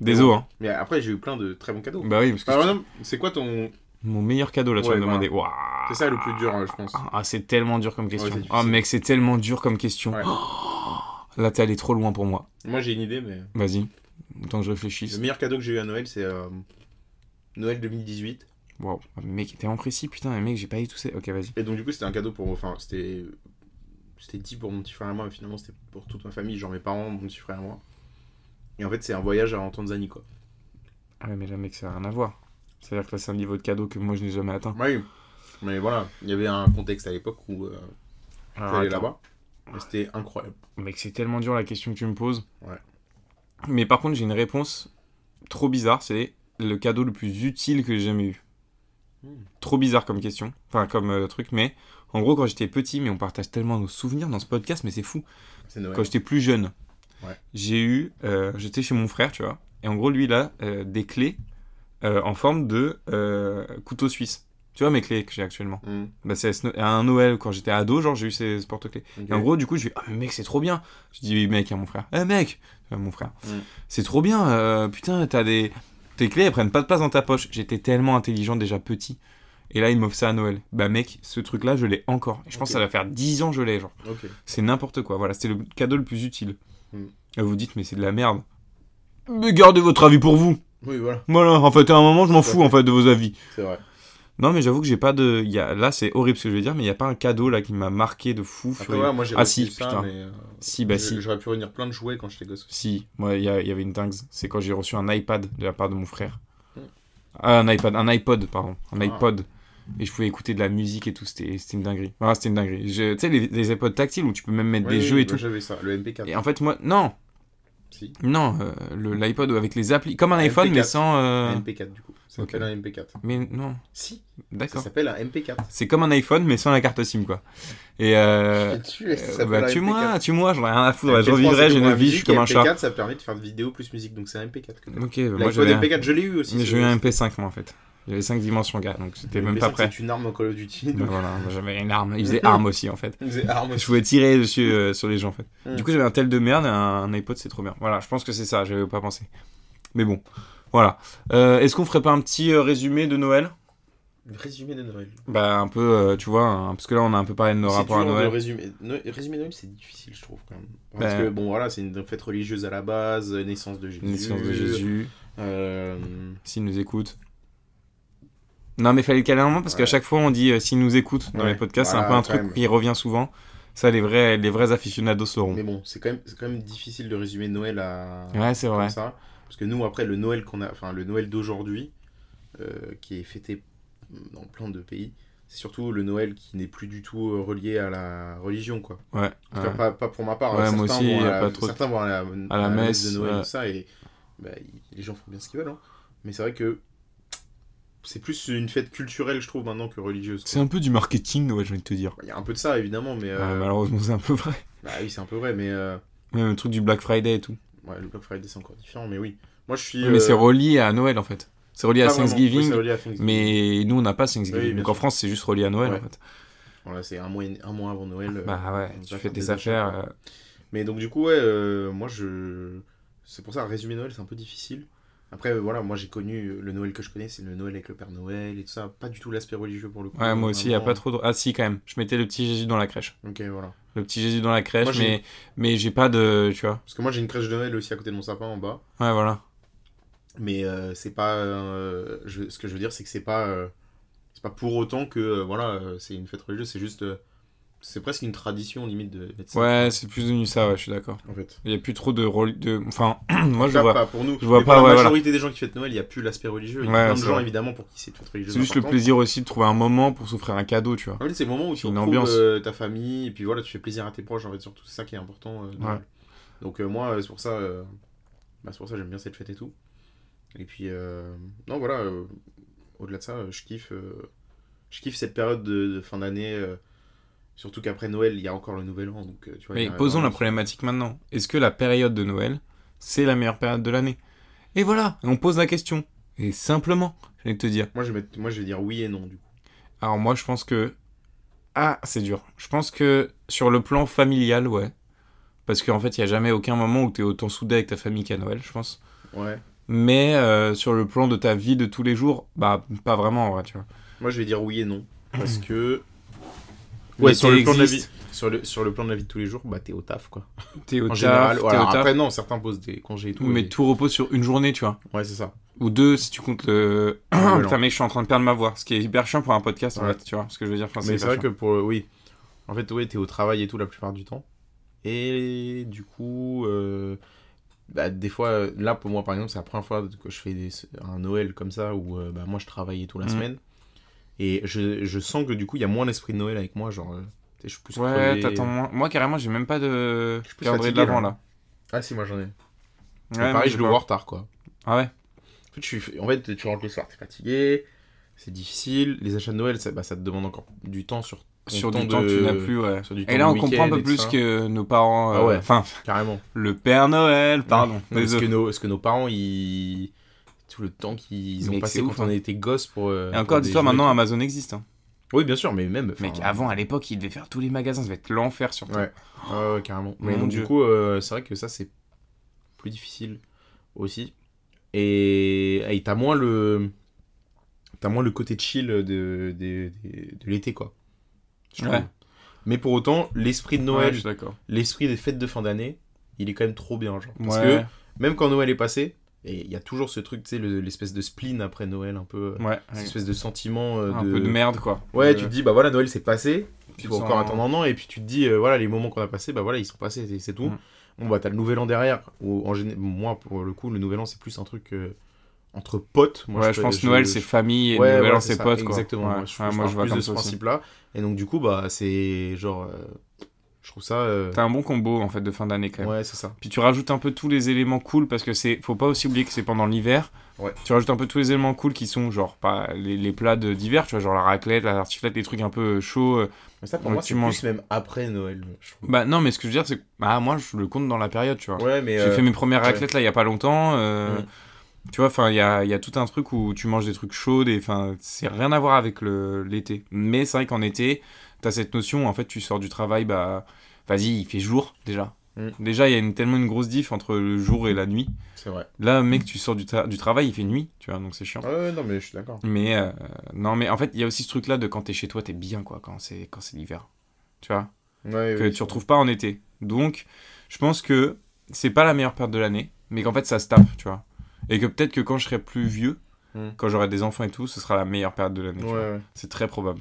Désolé, hein.
Mais après, j'ai eu plein de très bons cadeaux.
Bah oui, parce que
Alors,
c'est
non, c'est quoi ton.
mon meilleur cadeau, là, tu
Ouais,
vas me
voilà.
demander. Waouh.
C'est ça le plus dur, hein, je pense.
Ah, c'est tellement dur comme question.
c'est
oh,
difficile.
mec, c'est tellement dur comme question.
Ouais.
Là, t'es allé trop loin pour moi.
Moi, j'ai une idée, mais.
Vas-y. Autant que je
Le
réfléchisse.
meilleur cadeau que j'ai eu à Noël, c'est euh, Noël 2018.
Waouh. Ah, Mec, t'es en précis, putain. Mais mec, j'ai pas eu tout ça. Ok, vas-y.
Et donc, du coup, c'était un cadeau pour moi. Enfin, c'était. C'était dit pour mon petit frère et moi, mais finalement, c'était pour toute ma famille, genre mes parents, mon petit frère et moi. Et en fait, c'est un voyage en Tanzanie, quoi.
Ouais, Ah, mais là, mec, ça a rien à voir. C'est-à-dire que là, c'est un niveau de cadeau que moi, je n'ai jamais atteint.
Oui. Mais voilà, il y avait un contexte à l'époque où euh,
Alors,
j'allais
Ah, attends.
là-bas. Et C'était incroyable.
Mec, c'est tellement dur la question que tu me poses.
Ouais.
Mais par contre, j'ai une réponse trop bizarre. C'est le cadeau le plus utile que j'ai jamais eu.
Hmm.
Trop bizarre comme question. Enfin, comme euh, truc. Mais en gros, quand j'étais petit, mais on partage tellement nos souvenirs dans ce podcast, mais c'est fou.
C'est Noël.
Quand j'étais plus jeune,
Ouais.
j'ai eu. euh, j'étais chez mon frère, tu vois. Et en gros, lui, il a euh, des clés euh, en forme de euh, couteau suisse. Tu vois mes clés que j'ai actuellement.
Hmm,
Bah, c'est à ce- à un Noël, quand j'étais ado, genre, j'ai eu ces, ce porte-clés.
ok.
Et en gros, du coup, je lui dis, ah, mais mec, c'est trop bien. Je dis, mec, à mon frère, eh, mec, à mon frère,
Mm.
c'est trop bien, euh, putain, t'as des. Tes clés, elles prennent pas de place dans ta poche. J'étais tellement intelligent déjà petit. Et là, il m'offre ça à Noël. Bah, mec, ce truc-là, je l'ai encore. Et je pense
Ok.
que ça va faire 10 ans, je l'ai, genre.
Ok.
C'est n'importe quoi. Voilà, c'était le cadeau le plus utile.
Mm.
Et vous dites, mais c'est de la merde. Mais gardez votre avis pour vous.
Oui, voilà,
Voilà, en fait, à un moment, je m'en
Tout à
fous,
fait.
en fait, de vos avis.
c'est vrai.
Non, mais j'avoue que j'ai pas de. il Y a... Là, c'est horrible ce que je vais dire, mais il y a pas un cadeau là qui m'a marqué de fou.
Après,
furieux.
voilà, moi, j'ai
Ah, si,
reçu ça,
putain.
mais, euh,
Si, bah,
je-
si.
J'aurais pu revenir plein de jouets quand j'étais gosse.
Si, moi, il y, a- il y avait une dingue. C'est quand j'ai reçu un iPad de la part de mon frère.
Mm.
Ah, un iPad, un iPod, pardon. Un
Ah.
iPod. Et je pouvais écouter de la musique et tout. C'était c'était une dinguerie. Ah, c'était une dinguerie. Je- Tu sais, les, les iPods tactiles où tu peux même mettre
Oui,
des
oui,
jeux et
bah,
tout.
J'avais ça, le MP4.
Et en fait, moi, non,
Si,
non, euh, le- l'iPod avec les applis. Comme un
Un
iPhone, mais
MP4.
sans. euh,
MP4 du coup. Ça
ok.
s'appelle un MP4.
Mais non,
Si, ça
d'accord.
s'appelle un MP4.
C'est comme un iPhone, mais sans la carte SIM, quoi. Et. Euh...
Je t'ai tué, ça
euh,
s'appelle
bah,
un
tue-moi,
MP4.
tue-moi, j'en ai rien à foutre.
MP3,
je revivrai,
c'est
j'ai
pour
une
la
vie, je suis
musique,
comme
et
un chat.
MP4, ça permet de faire de vidéos plus musique, donc c'est un MP4. que t'as.
Ok, bah, moi
L'iPhone
j'avais un-
MP4, je l'ai eu aussi.
Mais
ce-
j'ai eu un
ce-
MP5 moi en fait. J'avais 5 dimensions gars, donc c'était
le
même
MP5,
pas prêt.
C'est une arme en Call of Duty.
Bah
donc
voilà, moi, j'avais une arme. Il faisait arme aussi en fait.
on faisait arme
Je
aussi.
pouvais tirer dessus euh, sur les gens en fait.
Mm.
Du coup j'avais un tel de merde, et un, un iPod c'est trop bien. Voilà, je pense que c'est ça, j'avais pas pensé. Mais bon, voilà. Euh, Est-ce qu'on ferait pas un petit euh, résumé de Noël
Le Résumé de Noël.
Bah un peu, euh, tu vois, un- parce que là on a un peu parlé de nos
C'est
rapports à
dur de
Noël.
résumer. Noël- Résumer Noël, c'est difficile, je trouve quand même. Parce
Ben.
que bon, voilà, c'est une fête religieuse à la base, euh, naissance de Jésus.
Naissance de Jésus,
euh,
s'il nous écoute. Non mais fallait le caler un moment parce qu'à
Ouais.
chaque fois on dit euh, s'il nous écoute dans
Ouais.
les podcasts, c'est un
Voilà,
peu un
quand
truc
même.
qui revient souvent. Ça les vrais, les vrais aficionados sauront.
Mais bon, c'est quand même, c'est quand même difficile de résumer Noël à
Ouais, c'est vrai.
comme ça. Parce que nous, après, le Noël qu'on a, enfin, le Noël d'aujourd'hui, euh, qui est fêté dans plein de pays. C'est surtout le Noël qui n'est plus du tout euh, relié à la religion, quoi.
Ouais.
En tout cas,
ouais.
pas, pas pour ma part.
Ouais,
hein.
moi
certains
aussi,
vont
y a
à la,
pas trop de-
certains vont à la,
à la messe,
de Noël,
ouais.
tout ça, et bah, y- les gens font bien ce qu'ils veulent. hein. Mais c'est vrai que c'est plus une fête culturelle, je trouve, maintenant que religieuse. quoi.
C'est un peu du marketing, Noël, j'ai envie de te dire.
Il y a un peu de ça, évidemment, mais.
Ah,
euh,
malheureusement, c'est un peu vrai.
bah oui, c'est un peu vrai, mais. euh,
Même le truc du Black Friday et tout.
ouais, le Black Friday, c'est encore différent, mais oui. Moi, je suis.
Oui, Mais c'est
euh,
relié à Noël, en fait. C'est relié
pas
à
vraiment. Oui,
Thanksgiving,
c'est relié à Thanksgiving.
mais nous, on n'a pas
Oui,
Thanksgiving.
bien
Donc en
sûr.
France, c'est juste relié à Noël,
Ouais.
en fait.
Voilà, c'est un mois, et- un mois avant Noël. euh,
Bah ouais,
on
tu
va
fais
faire
des
des
affaires. euh,
Mais donc du coup, ouais, euh, moi je... C'est pour ça, résumer Noël, c'est un peu difficile. Après, euh, voilà, moi j'ai connu euh, le Noël que je connais, c'est le Noël avec le Père Noël et tout ça. Pas du tout l'aspect religieux pour le coup.
euh, Ouais, moi aussi, il n'y a
vraiment.
pas trop de... Ah si, quand même. Je mettais le petit Jésus dans la crèche.
Ok, voilà.
Le petit Jésus dans la crèche,
Moi, j'ai-
mais... mais j'ai pas de... Tu vois
Parce que moi j'ai une crèche de Noël aussi à côté de mon sapin en bas.
Ouais, voilà.
Mais euh, c'est pas... euh, je- Ce que je veux dire, c'est que c'est pas... euh, C'est pas pour autant que, euh, voilà, euh, c'est une fête religieuse, c'est juste... euh, C'est presque une tradition limite de mettre ça,
Ouais, c'est plus devenu ça, ouais, je suis d'accord.
en fait.
Il n'y a plus trop de... reli- de... Enfin, moi, je
Là,
vois...
pas pour nous.
je vois
Mais
pas,
pour
ouais,
la
voilà.
majorité des gens qui fêtent Noël, il n'y a plus l'aspect religieux. Il y
Ouais,
a plein de
c'est
gens,
vrai.
évidemment, pour qui cette fête religieuse
C'est juste le
importante.
plaisir aussi de trouver un moment pour s'offrir un cadeau, tu vois.
En fait, c'est le moment où tu
Une
retrouves
ambiance.
euh, ta famille, et puis voilà, tu fais plaisir à tes proches, en fait, surtout, c'est ça qui est important. euh, de-
Ouais.
Donc euh, moi, euh, c'est pour ça, euh, bah, c'est pour ça que j'aime bien cette fête et tout. Et puis, euh, non, voilà, euh, au-delà de ça, euh, je kiffe, euh, je kiffe cette période de, de fin d'année, euh, surtout qu'après Noël, il y a encore le Nouvel An, donc euh, tu vois... il y
Mais
a
posons la
vraiment-
problématique maintenant. Est-ce que la période de Noël, c'est la meilleure période de l'année Et voilà, on pose la question. Et simplement, j'allais te dire.
Moi je, vais mettre- moi, je vais dire oui et non, du coup.
Alors moi, je pense que... Ah, c'est dur. Je pense que sur le plan familial, ouais. Parce qu'en fait, il n'y a jamais aucun moment où tu es autant soudé avec ta famille qu'à Noël, je pense.
Ouais.
Mais euh, sur le plan de ta vie de tous les jours, bah, pas vraiment, en vrai, tu vois.
Moi, je vais dire oui et non, parce que...
Ouais,
Ouais, sur le, plan de la vie,
existe.
sur, le, sur le plan de la vie de tous les jours, bah t'es au taf quoi.
T'es au
en
taf,
général,
t'es
voilà.
au taf,
Après, non, certains posent des congés et tout.
mais
et-
tout repose sur une journée, tu vois.
Ouais, c'est ça.
Ou deux, si tu comptes le.
Nouvel
Putain,
an.
mec, je suis en train de perdre ma voix. Ce qui est hyper chiant pour un podcast, en
Ouais.
fait, tu vois. Ce que je veux dire, enfin,
Mais c'est vrai
hyper
que pour. Oui. En fait, ouais, t'es au travail et tout la plupart du temps. Et du coup. euh, bah, des fois, euh, là pour moi par exemple, c'est la première fois que je fais des- un Noël comme ça où euh, bah, moi je travaille et tout la
Mhm.
semaine. Et je, je sens que du coup, il y a moins l'esprit de Noël avec moi. Genre, euh, tu sais, je suis plus
chiant. Ouais,
crevé.
t'attends moins. Moi, carrément, j'ai même pas de.
Je suis plus
calendrier de
fatigué,
l'avant,
là.
là.
Ah, si, moi j'en ai. Mais
Ouais, moi,
pareil,
j'ai
je le
pas.
vois en retard quoi.
Ah ouais
En fait, tu, en fait, tu rentres le soir, t'es fatigué, c'est difficile. Les achats de Noël, ça, bah, ça te demande encore du temps sur ton
Sur du
de-
temps, tu n'as plus, ouais.
sur du temps
Et là,
de
on comprend un
week-end
peu
et tout
plus
ça.
que nos parents. euh,
Ah ouais.
Enfin,
Carrément.
le Père Noël, pardon.
Non, parce,
Désolé.
que nos, parce que nos parents, ils... tout le temps qu'ils ont
Mec,
passé
c'est
quand
ouf,
on
hein.
était gosse pour. euh,
Et
pour
encore,
des
dis-toi,
jeux et
maintenant,
tout.
Amazon existe. hein.
Oui, bien sûr, mais même. enfin,
Mec, avant, à l'époque, ils devaient faire tous les magasins. Ça devait être l'enfer, surtout.
Ouais, Ah ouais, ouais, carrément. Mais
Mon
donc,
Dieu.
du coup, euh, c'est vrai que ça, c'est plus difficile aussi. Et et t'as moins le. T'as moins le côté chill de, de, de- de l'été, quoi. Je trouve.
Ouais.
Mais pour autant, l'esprit de
Ouais,
Noël,
je suis d'accord.
l'esprit des fêtes de fin d'année, il est quand même trop bien, genre. Parce
Ouais.
que même quand Noël est passé, et il y a toujours ce truc, tu sais, le- l'espèce de spleen après Noël, un peu. euh,
Ouais.
Cette espèce de sentiment euh,
Un peu de merde, quoi.
Ouais,
Euh,
tu te dis, bah voilà, Noël c'est passé,
Tu
il faut
te
encore
sens-
attendre un an, et puis tu te dis, euh, voilà, les moments qu'on a passés, bah voilà, ils sont passés, c'est- c'est tout.
Mm.
Bon, bah t'as le nouvel an derrière, où en géné- moi pour le coup, le nouvel an c'est plus un truc euh, entre potes. Moi,
ouais, je pense Noël, c'est famille et
Ouais,
Noël,
voilà,
c'est
ça,
potes, quoi.
Exactement,
Ouais,
moi, je,
ouais,
je
moi,
pars
je vois
plus de
comme
ce
ça aussi.
principe-là, et donc du coup, bah c'est genre, euh, je trouve ça. euh,
T'as un bon combo en fait de fin d'année quand même.
ouais, c'est ça.
Puis tu rajoutes un peu tous les éléments cool parce que c'est faut pas aussi oublier que c'est pendant l'hiver.
Ouais.
Tu rajoutes un peu tous les éléments cool qui sont genre pas les, les plats de- d'hiver, tu vois genre la raclette, la tartiflette, les trucs un peu chauds. euh.
Mais ça pour
Ouais,
moi,
tu
c'est
manges.
plus même après Noël, je trouve.
Bah non, mais ce que je veux dire c'est que bah, moi je le compte dans la période, Bah, tu vois.
Ouais, mais.
J'ai
euh,
fait mes premières
ouais.
raclettes là il y a pas longtemps. euh,
Mm.
Tu vois, enfin il y a, il y a tout un truc où tu manges des trucs chauds et enfin c'est rien à voir avec le- l'été. Mais c'est vrai qu'en été, t'as cette notion en fait tu sors du travail bah vas-y il fait jour déjà.
Mm.
Déjà il y a une, tellement une grosse diff entre le jour et la nuit.
C'est vrai.
Là, mec, tu sors du, tra- du travail, il fait nuit, tu vois, donc c'est chiant.
Ouais, ouais, non, mais je suis d'accord.
Mais euh, non, mais en fait, il y a aussi ce truc-là de quand t'es chez toi, t'es bien, quoi, quand c'est quand c'est l'hiver. Tu vois,
Ouais,
que
ouais,
tu retrouves pas en été. Donc, je pense que c'est pas la meilleure période de l'année, mais qu'en fait, ça se tape, tu vois. Et que peut-être que quand je serai plus vieux,
Mm.
quand j'aurai des enfants et tout, ce sera la meilleure période de l'année.
Ouais,
tu vois.
ouais,
C'est très probable.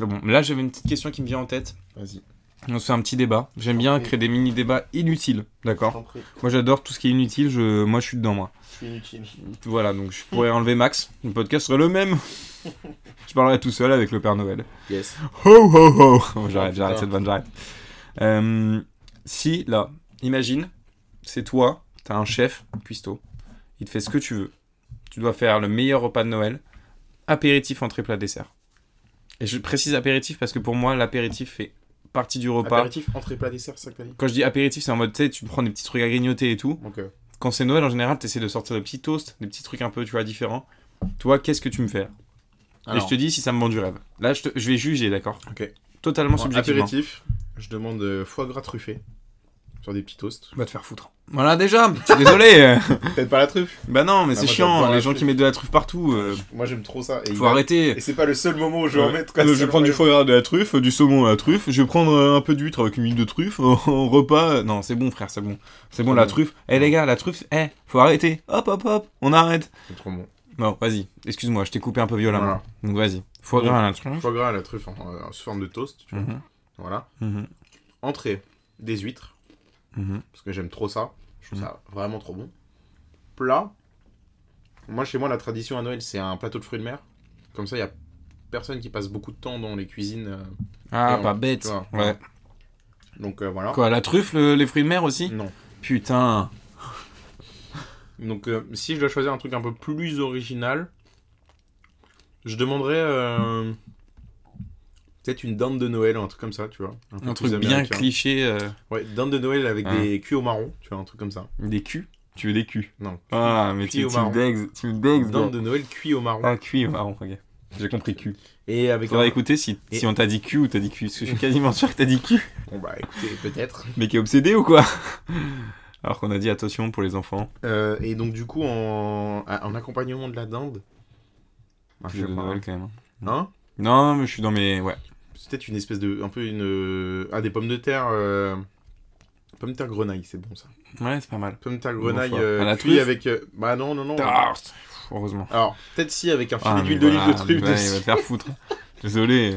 Mais Bon, là, j'avais une petite question qui me vient en tête.
vas-y.
On se fait un petit débat. J'aime bien créer des mini-débats inutiles, d'accord
T'en prie,
Moi j'adore tout ce qui est inutile, je... moi je suis dedans, moi.
je suis inutile.
Voilà, donc je pourrais enlever Max, le podcast serait le même. je parlerais tout seul avec le Père Noël.
Yes.
Ho ho ho J'arrête, j'arrête
Oh, putain.
cette vanne, j'arrête. Euh, si, là, imagine, c'est toi, t'as un chef, cuistot, il te fait ce que tu veux. Tu dois faire le meilleur repas de Noël, apéritif, entrée, plat, dessert. Et je précise apéritif parce que pour moi, l'apéritif fait partie du repas.
Apéritif, entrée, plat, dessert, c'est ça que t'as dit
Quand je dis apéritif, c'est en mode, tu sais, tu prends des petits trucs à grignoter et tout.
Donc, euh,
Quand c'est Noël, en général, t'essaies de sortir des petits toasts, des petits trucs un peu, tu vois, différents. Toi, qu'est-ce que tu me fais Et
alors,
je te dis si ça me vend du rêve. Là, je, te- je vais juger, d'accord
Ok.
Totalement
en
subjectivement.
apéritif, je demande euh, foie gras truffé sur des petits toasts.
Va te faire foutre. Voilà déjà, je suis désolé.
Peut-être pas la truffe.
bah non, mais
Bah,
c'est
moi,
chiant,
j'adore
les
la
gens
truffe.
qui mettent de la truffe partout. euh,
Moi j'aime trop ça. Et, il
faut
va-
arrêter.
et c'est pas le seul moment où je vais en
Ouais.
mettre.
Euh,
quoi,
je
c'est
vais
le
prendre du
problème.
foie gras de la truffe, du saumon à la truffe, je vais prendre euh, un peu d'huître avec une huile de truffe, un repas. Non, c'est bon frère, c'est bon. C'est bon
Trop
la
Ah bon.
truffe. Eh les gars, la truffe, eh, faut arrêter. Hop hop hop, on arrête.
C'est trop bon.
Bon, vas-y, excuse-moi, je t'ai coupé un peu violemment.
Voilà.
Donc vas-y. Foie gras à la truffe.
Foie gras à la truffe en, en- sous forme de toast. Tu vois.
Mhm,
Voilà.
mhm,
Entrée, des huîtres.
mhm.
Parce que j'aime trop ça. Je trouve ça vraiment trop bon. Plat. Moi chez moi la tradition à Noël c'est un plateau de fruits de mer. Comme ça il y a personne qui passe beaucoup de temps dans les cuisines. euh,
Ah,
Et on-
pas bête.
tu vois.
ouais.
donc euh, voilà.
Quoi, la truffe, le- les fruits de mer aussi
non.
Putain.
Donc, euh, si je dois choisir un truc un peu plus original, je demanderais euh, peut-être une dinde de Noël, un truc comme ça, tu vois. peu
Un
plus
truc bien
américain.
cliché. euh,
Ouais, dinde de Noël avec
Hein.
des cuits au marron, tu vois, un truc comme ça.
Des culs Tu veux des culs
Non.
Ah, mais
Cuit
tu
au
tu
marron.
me degs, tu me degs, gros.
Dinde de Noël cuit au marron.
Ah, cuit au marron, ok. J'ai compris cul.
Et avec
Faudra
un-
écouter si,
Et-
si on t'a dit cul ou t'as dit cul. Parce que je suis quasiment sûr que t'as dit cul.
Bon, bah écoutez, peut-être.
Mais qui est obsédé ou quoi Alors qu'on a dit attention pour les enfants.
Euh, et donc, du coup, en, à- en accompagnement de la dinde. Ah, je
Jeu
sais
de
pas.
Noël quand même.
Hein
Non, mais je suis dans mes. Ouais.
C'est peut-être une espèce de. Un peu une. euh, Ah, des pommes de terre. euh, Pommes de terre grenaille, c'est bon ça.
Ouais, c'est pas mal.
Pommes de terre
Bon
grenaille
choix.
euh,
À la
cuit
truffe
avec. euh, Bah non, non, non.
Ah, pff, heureusement.
Alors, peut-être si avec un filet
Ah,
d'huile
mais
d'olive
voilà,
de truffe
ouais, Il va
dessus.
te faire foutre. Désolé.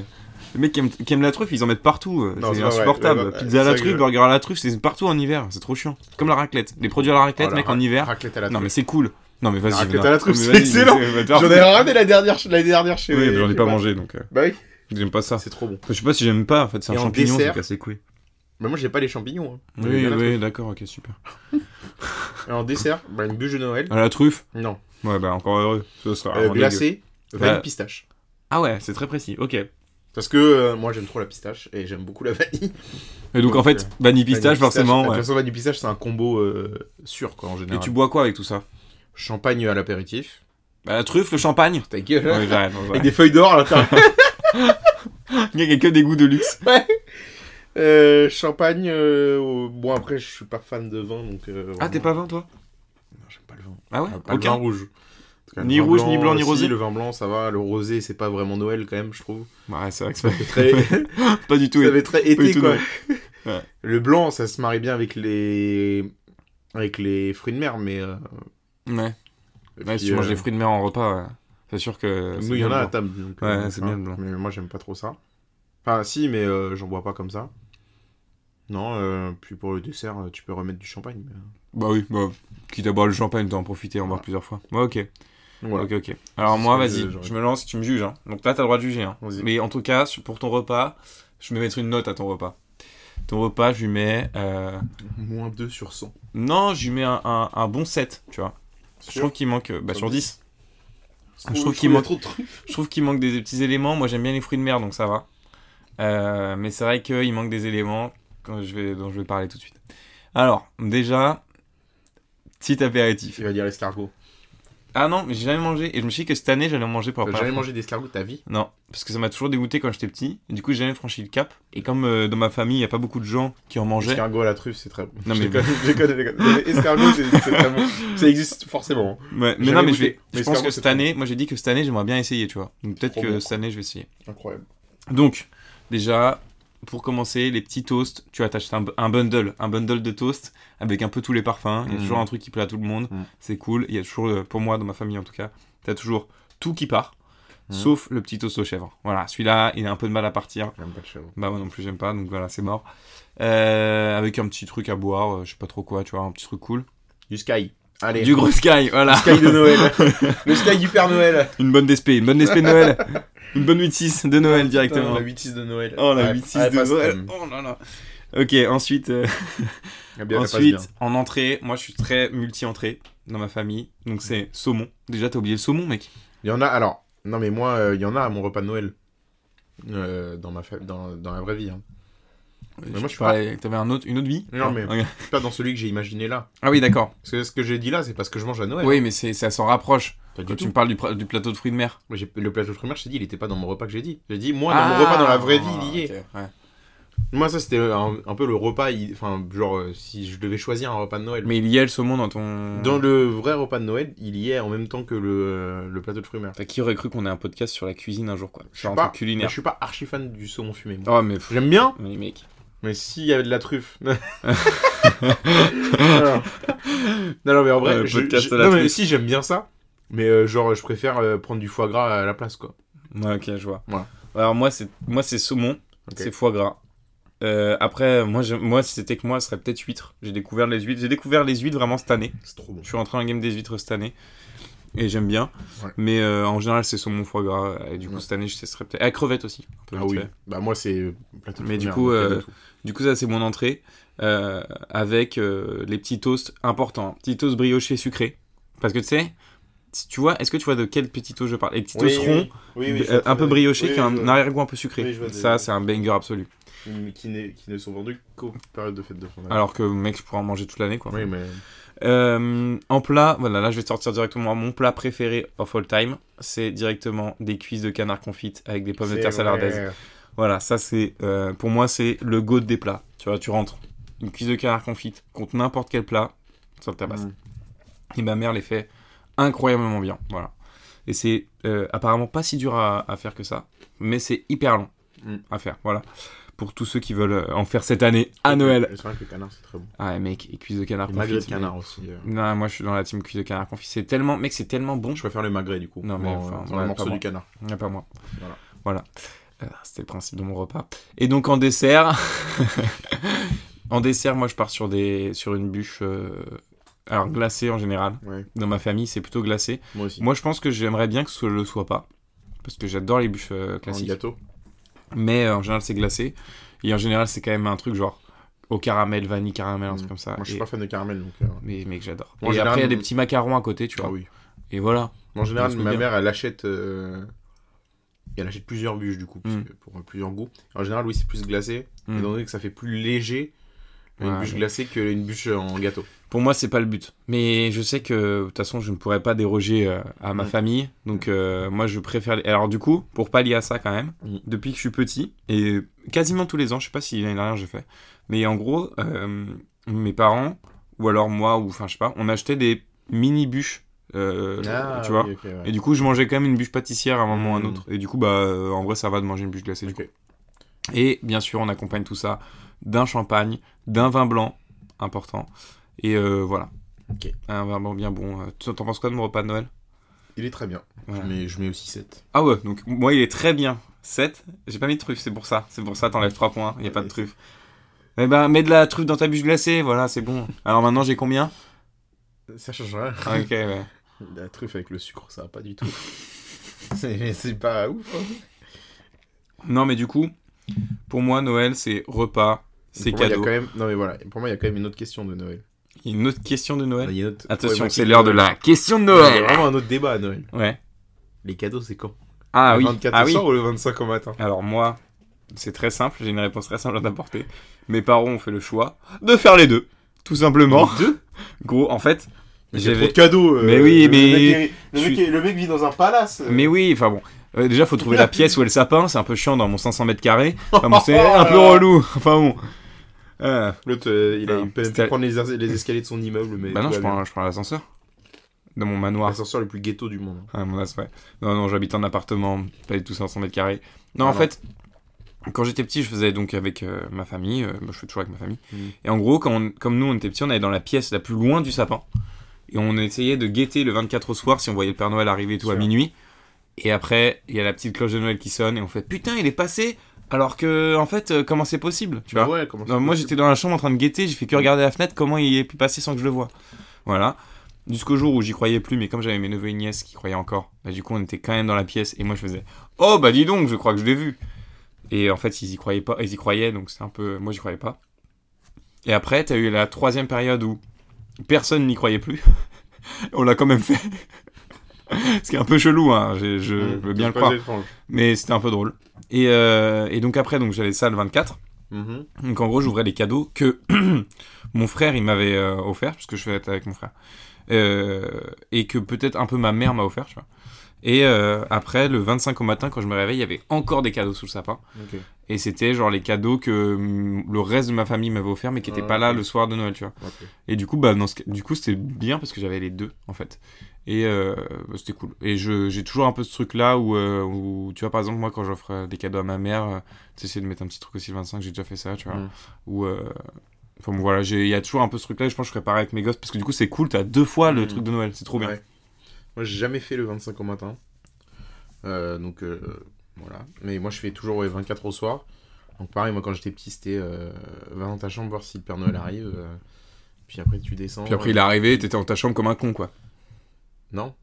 Les mecs qui aiment, qui aiment la truffe, ils en mettent partout. euh,
Non,
c'est
c'est pas vrai.
insupportable.
Ouais, ouais,
Pizza à
c'est
la
vrai que
truffe,
je-
burger à la truffe, c'est partout en hiver. C'est trop chiant. Comme la raclette. Les produits à la raclette,
Oh, la
mec, en
rac-
hiver.
Raclette à la
Non,
truffe.
mais c'est cool. Non, mais vas-y.
raclette
non.
à la truffe,
Non, mais
c'est
vas-y,
excellent.
mais va te faire
J'en ai
foutre.
ramené la dernière, l'année dernière chez
Oui, mais j'en ai
chez
pas
moi.
mangé donc. euh,
Bah oui.
J'aime pas ça.
C'est trop bon.
Je sais pas si j'aime pas en fait, c'est un
Et en
champignon, c'est
dessert
cassé couilles.
Mais moi, j'ai pas les champignons. hein.
Oui,
J'ai la
oui, d'accord, ok, super.
truffe. Et En dessert, bah, une bûche de Noël.
À la truffe
Non.
Ouais, bah encore heureux. Ce sera
Euh,
Ah. vraiment dégueu.
glacé, vanille
Ouais.
pistache.
Ah ouais, c'est très précis, ok. Et
Parce que euh, moi, j'aime trop la pistache et j'aime beaucoup la vanille.
donc
Donc,
en fait,
euh,
vanille pistache, forcément.
De toute
ouais.
façon, vanille pistache, c'est un combo euh, sûr, quoi, en
Et
général.
tu bois quoi avec tout ça
Champagne à l'apéritif.
Bah la truffe, le champagne
Ta gueule. hein.
Ouais, j'arrête. ouais.
Avec des feuilles d'or à l'intérieur.
Il y a que des goûts de luxe.
Euh, champagne, euh, au- bon après je suis pas fan de vin donc. euh,
Ah,
vraiment-
t'es pas vin toi
Non, j'aime pas le vin.
Ah ouais
Ah, pas
Ok.
le vin rouge. En tout cas, le
Ni
vin
rouge, ni blanc, ni
si,
rosé.
le vin blanc ça va, le rosé c'est pas vraiment Noël quand même je trouve.
Ouais, c'est vrai que c'est pas-
C'est Très,
pas du tout.
ça fait très
Oui,
été
tout
quoi.
Noël. Ouais.
Le blanc ça se marie bien avec les avec les fruits de mer mais. euh,
Ouais,
et
Ouais,
puis,
si tu manges
euh,
des fruits de mer en repas, ouais. c'est sûr que. c'est
Nous il y en
bien
a à
bon.
table. donc,
Ouais,
euh,
c'est
voilà.
bien le blanc.
Mais moi j'aime pas trop ça. Enfin si mais euh, j'en bois pas comme ça. Non euh, puis pour le dessert euh, tu peux remettre du champagne. mais, euh,
Bah oui, bah, quitte à boire le champagne, t'en profiter, en boire plusieurs fois. Ouais, ok.
euh, Voilà.
Ok, ok. Alors
C'est
moi,
ce que
vas-y,
je- j'aurais
je me lance, tu me juges. Hein. Donc là, t'as le droit de juger. Hein.
Vas-y.
Mais en tout cas, sur- pour ton repas, je vais mettre une note à ton repas. Ton repas, je lui mets... euh,
Moins 2 sur 100.
Non, je lui mets un, un- un bon 7, tu vois. Je trouve qu'il manque... euh, Bah, sur
Sur
10.
Je
trouve
trouve
qu'il
qu'il y a
manque-
trop de truffes.
Je trouve qu'il manque des, des petits éléments. Moi, j'aime bien les fruits de mer, donc ça va. Euh, mais c'est vrai qu'il manque des éléments quand je vais, dont je vais parler tout de suite. Alors, déjà, petit apéritif.
Tu vas dire l'escargot.
Ah non, mais j'ai jamais mangé. Et je me suis dit que cette année, j'allais en manger pour la
T'as
première
jamais
fois.
mangé d'escargot de ta vie
Non, parce que ça m'a toujours dégoûté quand j'étais petit. Et Du coup, j'ai jamais franchi le cap. Et comme euh, dans ma famille, il n'y a pas beaucoup de gens qui en mangeaient.
Escargot à la truffe, c'est très bon.
Non,
Je
mais-
déconne, je déconne, je déconne. Mais Escargot, c'est c'est très bon. Ça existe forcément. hein.
Ouais, mais
Jamais
non, mais je,
goûté.
vais-
Mais
je pense
escargot,
que
c'est
cette
trop
année, moi j'ai dit que cette année, j'aimerais bien essayer, tu vois. Donc peut-être
Trop
que
bon.
cette année, je vais essayer.
Incroyable.
Donc, déjà, pour commencer, les petits toasts, tu attaches un, un bundle, un bundle de toasts avec un peu tous les parfums. Il y a
Mhm.
toujours un truc qui plaît à tout le monde,
Mhm.
c'est cool. Il y a toujours, euh, pour moi, dans ma famille en tout cas, t'as toujours tout qui part.
Mm.
sauf le petit os aux chèvres. Voilà, celui-là, il a un peu de mal à partir.
J'aime pas le chèvre.
Bah moi non plus j'aime pas, donc voilà, c'est mort. Euh, avec un petit truc à boire, euh, je sais pas trop quoi, tu vois, un petit truc cool.
Du Sky. Allez.
Du gros Sky, voilà.
Sky de Noël. le Sky du Père Noël.
Une bonne DSP, une bonne DSP de Noël. Une bonne 8-6 de Noël directement.
Putain, la 8-6 de Noël.
Oh la
Ouais,
8-6
elle
de
passe
Noël.
quand même.
Oh là là. Ok, ensuite, euh,
Eh bien, elle passe bien.
ensuite en entrée, moi je suis très multi-entrée dans ma famille, donc
Mm.
c'est saumon. Déjà, t'as oublié le saumon, mec.
Il y en a, alors, non mais moi, euh, il y en a à mon repas de Noël. Euh, dans, ma fa- dans, dans la vraie vie. hein. moi, je suis pas-
parlais- T'avais un autre, une autre vie
Non, mais-
Ok.
Pas dans celui que j'ai imaginé là.
Ah oui, d'accord.
Parce que ce que j'ai dit là, c'est parce que je mange à Noël.
Oui, mais c'est- ça s'en rapproche.
Pas du
Quand tu
tout.
me parles du, pra- du plateau de fruits de mer. Ah,
Mais j'ai- Le plateau de première, je t'ai dit, il était pas dans mon repas que j'ai dit. J'ai dit, moi, dans mon repas, dans la vraie vie, il y est.
ok, ouais.
Moi, ça, c'était un, un peu le repas, il- enfin, genre, euh, si je devais choisir un repas de Noël.
Mais il y a le saumon dans ton.
Dans le vrai repas de Noël, il y est en même temps que le, euh, le plateau de fruits mères.
T'as qui aurait cru qu'on ait un podcast sur la cuisine un jour, quoi
Je
Sur
suis
un
pas,
truc
mais
culinaire.
je suis pas archi fan du saumon fumé. moi.
Oh, mais. pff,
J'aime bien,
mais mec.
mais s'il y avait de la truffe. Alors. non, non, mais en vrai,
Ouais, le
je-
podcast
je-
de la
non, mais
truffe.
si j'aime bien ça, mais euh, genre, je préfère euh, prendre du foie gras à la place, quoi.
Ouais, ok, je vois.
Voilà.
Alors, moi, c'est moi c'est saumon,
Ok.
c'est foie gras. Euh, après, moi, j'aime- moi, si c'était que moi, ce serait peut-être huîtres. J'ai découvert les huîtres. J'ai découvert les huîtres vraiment cette année.
C'est trop bon.
Je suis rentré dans le game des huîtres cette année. Et j'aime bien.
Ouais.
Mais euh, en général, c'est saumon foie gras. Et du coup,
Ouais.
cette année, je ce serait peut-être. Ah, crevettes aussi. un peu
Ah
vite
oui,
fait.
bah moi, c'est plateau de
Mais
fruits
du
mères,
coup,
donc il y a de
euh,
tout.
Du coup, ça, c'est mon entrée euh, avec euh, les petits toasts importants. Petits toasts briochés sucrés. Parce que tu sais, si tu vois, est-ce que tu vois de quel petit toast je parle Les petits
Oui,
toasts
oui,
ronds,
Oui, oui, je
euh,
vois très
un peu
bien.
briochés,
Oui, oui,
qui ont
je
un
vois.
arrière-goût un peu sucré.
Oui, je vois des-
ça, c'est un banger absolu.
Qui- qui n'est- qui ne sont vendus qu'aux périodes de fête de fin d'année.
Alors que, mec, je pourrais en manger toute l'année, quoi.
Oui, mais
Euh, en plat, voilà, là, je vais sortir directement mon plat préféré of all time. C'est directement des cuisses de canard confites avec des pommes de
C'est
terre salardaise.
vrai.
Voilà, ça c'est euh, pour moi c'est le goût des plats. Tu vois, tu rentres une cuisse de canard confite contre n'importe quel plat, ça le tabasse.
Mm.
Et ma mère les fait incroyablement bien, voilà. Et c'est euh, apparemment pas si dur à, à faire que ça, mais c'est hyper long
Mm.
à faire, voilà. Pour tous ceux qui veulent euh, en faire cette année à Noël.
C'est vrai que le canard, c'est très bon.
Ah mec, et cuisse de canard
Le
confite.
magret de
mais-
canard aussi. euh.
Non, moi je suis dans la team cuisse de canard confit. C'est tellement, mec, c'est tellement bon.
Je préfère le magret du coup.
Non, mais
Dans,
enfin,
euh, dans
ouais,
le
pas
morceau
moi.
du canard.
Ah, pas moi. Voilà.
Voilà.
Euh, C'était le principe de mon repas. Et donc en dessert, en dessert, moi je pars sur des sur une bûche, euh, alors glacée en général.
Ouais,
Dans ma famille, c'est plutôt glacé.
moi aussi.
Moi, je pense que j'aimerais bien que ce le soit pas, parce que j'adore les bûches euh,
En
classiques.
gâteau.
Mais euh, en général, c'est glacé. Et en général, c'est quand même un truc genre au caramel, vanille, caramel, un
Mm.
truc comme ça.
Moi, je
Et-
suis pas fan de caramel donc. euh,
Mais mec, j'adore.
Moi, en
Et
général,
après, il y a des
mm.
petits macarons à côté, tu vois.
Ah oui.
Et voilà.
En général,
Je me
ma
souviens.
mère, elle achète. euh, Elle achète plusieurs bûches du coup, parce
Mm.
que pour euh, plusieurs goûts. En général, oui, c'est plus glacé,
Mm.
étant donné que ça fait plus léger une
Ouais,
bûche
mais-
glacée qu'une bûche en gâteau.
Pour moi, c'est pas le but. Mais je sais que de toute façon, je ne pourrais pas déroger euh, à ma
Mm.
famille. Donc, euh, moi, je préfère. les- Alors, du coup, pour pallier à ça, quand même,
Mm.
depuis que je suis petit, et quasiment tous les ans, je sais pas si l'année dernière j'ai fait, mais en gros, euh, mes parents, ou alors moi, ou enfin, je sais pas, on achetait des mini bûches. euh,
Ah,
tu vois
oui, ok, ouais.
Et du coup, je mangeais quand même une bûche pâtissière à un moment ou à un
Mm.
autre. Et du coup, bah, euh, en vrai, ça va de manger une bûche glacée. du
Ok.
coup. Et bien sûr, on accompagne tout ça d'un champagne, d'un vin blanc, important. Et euh, voilà.
Ok.
Un vin blanc bien bon. Euh, tu- T'en penses quoi de mon repas de Noël
Il est très bien.
Voilà.
Je, mets, je mets aussi 7.
Ah ouais, donc moi, il est très bien. 7, j'ai pas mis de truffe, c'est pour ça. C'est pour ça, t'enlèves 3 points, il a pas de truffe. Eh ben, mets de la truffe dans ta bûche glacée, voilà, c'est bon. Alors maintenant, j'ai combien
Ça change rien.
Ah, Ok, ouais.
La truffe avec le sucre, ça va pas du tout. c'est c'est pas ouf. hein.
Non, mais du coup, pour moi, Noël, c'est repas, c'est
Pour moi, il y a
cadeau.
quand même... Non mais voilà, pour moi il y a quand même une autre question de Noël.
Il y a une autre question de Noël
Il y a une autre
Attention,
problématique
c'est l'heure de la question de
Il y a
Noël.
vraiment un autre débat à Noël.
Ouais.
Les cadeaux c'est quand
Ah
Le
oui.
24
Ah
au
oui.
soir ou le 25 au matin
Alors moi, c'est très simple. J'ai une réponse très simple à t'apporter. Mes parents ont fait le choix de faire les deux, tout simplement.
Deux
Gros, en fait,
Mais j'ai trop
j'avais.
de cadeaux. euh,
Mais oui,
le
mais-
mec est- Le
je
mec,
suis-
est- le mec vit dans un palace.
Mais oui, enfin bon. Euh, déjà, faut trouver la pièce où est le sapin. C'est un peu chiant dans mon 500 mètres carrés. Enfin bon, c'est un peu relou. Enfin bon. Euh,
L'autre, euh, il, a-
Ah,
il peut même
c'était-
plus prendre les, as- les escaliers de son immeuble. Mais
bah non,
tout
je
va bien.
prends, je prends l'ascenseur. Dans mon manoir.
l'ascenseur le plus ghetto du monde. hein.
Ah, mon as, ouais. Non, non, j'habite en appartement, pas du tout 500 mètres carrés. Non,
Ah
en
non.
fait, quand j'étais petit, je faisais donc avec euh, ma famille, euh, moi, je fais toujours avec ma famille.
Mm.
Et en gros, quand on- comme nous, on était petits, on allait dans la pièce la plus loin du sapin. Et on essayait de guetter le 24 au soir si on voyait le Père Noël arriver et tout à
Sûr.
minuit. Et après, il y a la petite cloche de Noël qui sonne et on fait putain, il est passé alors que en fait, euh, comment c'est possible Tu vois
ouais, comment ça
Non, Moi,
peut-
j'étais dans la chambre en train de guetter, j'ai fait que regarder la fenêtre comment il est pu passer sans que je le vois. Voilà. Jusqu'au jour où j'y croyais plus, mais comme j'avais mes neveux et nièces qui croyaient encore, bah, du coup, on était quand même dans la pièce et moi, je faisais oh bah dis donc, je crois que je l'ai vu. Et en fait, ils y croyaient pas, ils y croyaient donc c'était un peu, moi, j'y croyais pas. Et après, t'as eu la troisième période où personne n'y croyait plus. on l'a quand même fait. Ce qui est un peu chelou, hein, j'ai- je
Mmh,
veux
c'est
bien le
pas
croire.
étrange.
Mais c'était un peu drôle. Et, euh, et donc après, donc j'allais ça le 24.
Mhm.
Donc en gros, j'ouvrais les cadeaux que mon frère il m'avait euh, offert, parce que je fais être avec mon frère, Euh, et que peut-être un peu ma mère m'a offert, tu vois. Et euh, après, le 25 au matin, quand je me réveille, il y avait encore des cadeaux sous le sapin.
Ok.
Et c'était genre les cadeaux que hum, le reste de ma famille m'avait offert, mais qui n'étaient
Ah,
pas là
ok.
le soir de Noël, tu vois.
Ok.
Et du coup, bah, dans ce ca- du coup, c'était bien parce que j'avais les deux, en fait. Et euh, bah, c'était cool. Et je- j'ai toujours un peu ce truc-là où, euh, où, tu vois, par exemple, moi, quand j'offre euh, des cadeaux à ma mère, euh, j'essaie de mettre un petit truc aussi le 25, j'ai déjà fait ça, tu vois.
Mm.
Ou, euh, enfin, bon, voilà, j'ai- il y a toujours un peu ce truc-là, et je pense que je ferais pareil avec mes gosses, parce que du coup, c'est cool, t'as deux fois le
Mm.
truc de Noël, c'est trop bien.
Ouais. Moi, j'ai jamais fait le 25 au matin. Euh, donc, euh, voilà. Mais moi, je fais toujours ouais, 24 au soir. Donc, pareil, moi, quand j'étais petit, c'était euh, va dans ta chambre voir si le Père Noël arrive. euh, puis après, tu descends.
Mhm.
euh,
Puis après, il est arrivé, t'étais dans ta chambre comme un con, quoi.
Non.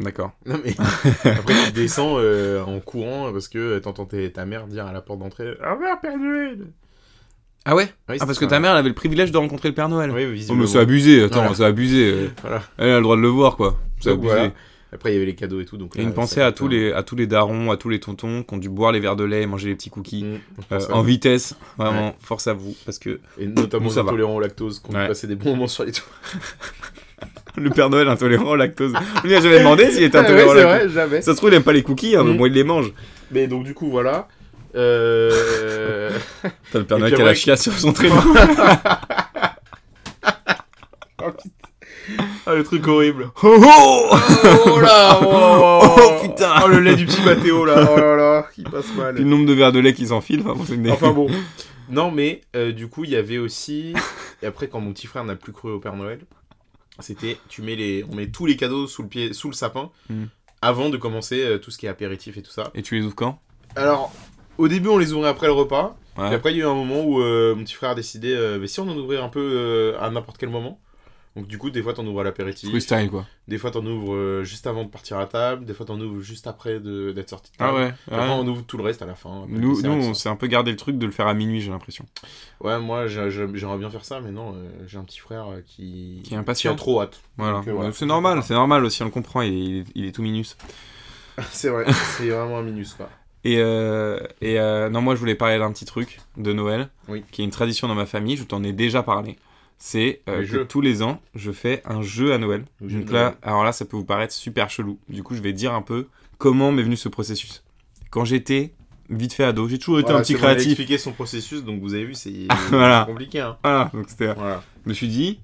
D'accord.
Non, mais après, tu descends euh, en courant parce que euh, t'entends tes- ta mère dire à la porte d'entrée Au revoir, Père Noël
Ah ouais
Oui,
Ah,
c'est
parce
ça.
que ta mère, elle avait le privilège de rencontrer le Père Noël.
Oui,
Oh, mais
visiblement.
c'est abusé, attends,
Voilà.
c'est abusé. euh,
Voilà.
Elle a le droit de le voir, quoi. C'est
Donc,
abusé.
voilà. Après, il y avait les cadeaux et tout. Donc,
Et
là,
une
ça
pensée à
coûte,
tous,
hein.
les, à tous les darons, à tous les tontons qui ont dû boire les verres de lait et manger les petits cookies.
Mm,
Euh,
ça.
en vitesse, vraiment, force à vous, parce que
Et notamment
Nous,
les
ça va.
intolérants au lactose qu'on
Ouais.
a passé des bons moments sur les toits.
le Père Noël intolérant au lactose. Lui, J'avais demandé s'il était
Ah ouais,
intolérant au
c'est
lactose.
vrai, jamais.
Ça se trouve, il aime pas les cookies, hein, mais
Mm.
bon, il les mange.
Mais donc, du coup, voilà. Euh...
Putain, le Père
Et
Noël
puis
qui a la
après-
chiasse sur son traîneau.
ah, le truc horrible.
oh, oh
Oh là
oh, oh, putain.
Oh, le lait du petit Mathéo, là Oh là là Il passe
Puis le
mal
nombre de verres de lait qu'ils enfilent, enfin, bon, c'est une
Enfin bon. Non, mais euh, du coup, il y avait aussi. Et après, quand mon petit frère n'a plus cru au Père Noël, c'était. Tu mets les. On met tous les cadeaux sous le, pied... sous le sapin
Mm.
avant de commencer euh, tout ce qui est apéritif et tout ça.
Et tu les ouvres quand
Alors, au début, on les ouvrait après le repas.
Ouais.
Et après, il y a eu un moment où euh, mon petit frère a décidé, euh, mais si on en ouvrait un peu euh, à n'importe quel moment. Donc, du coup, des fois, t'en ouvres à l'apéritif.
Freestyle, quoi.
Des fois, t'en ouvres euh, juste avant de partir à table. Des fois, t'en ouvres juste après de- d'être sorti de table.
Ah ouais.
Puis Après, on ouvre tout le reste à la fin. Après,
Nous,
dessert
nous
et tout
on
ça.
s'est un peu gardé le truc de le faire à minuit, j'ai l'impression.
Ouais, moi, je- je- j'aimerais bien faire ça, mais non, euh, j'ai un petit frère euh, qui...
Qui est impatient.
a trop hâte.
Voilà.
Donc, euh, voilà.
C'est normal, c'est normal aussi, on le comprend, il est- il est, il est tout minus.
c'est vrai, c'est vraiment un minus, quoi.
Et, euh, et euh, non, moi je voulais parler d'un petit truc de Noël,
Oui.
qui est une tradition dans ma famille, je t'en ai déjà parlé. C'est euh,
Les
que
jeux.
tous les ans, je fais un jeu à Noël.
Le jeu
Donc
de
là,
Noël.
alors là, ça peut vous paraître super chelou. Du coup, je vais dire un peu comment m'est venu ce processus. Quand j'étais vite fait ado, j'ai toujours été
Voilà,
un petit
c'est bon, il a
créatif.
expliqué son processus, donc vous avez vu, c'est
voilà.
c'est compliqué. Hein.
Ah, donc c'était
Voilà.
je me suis dit,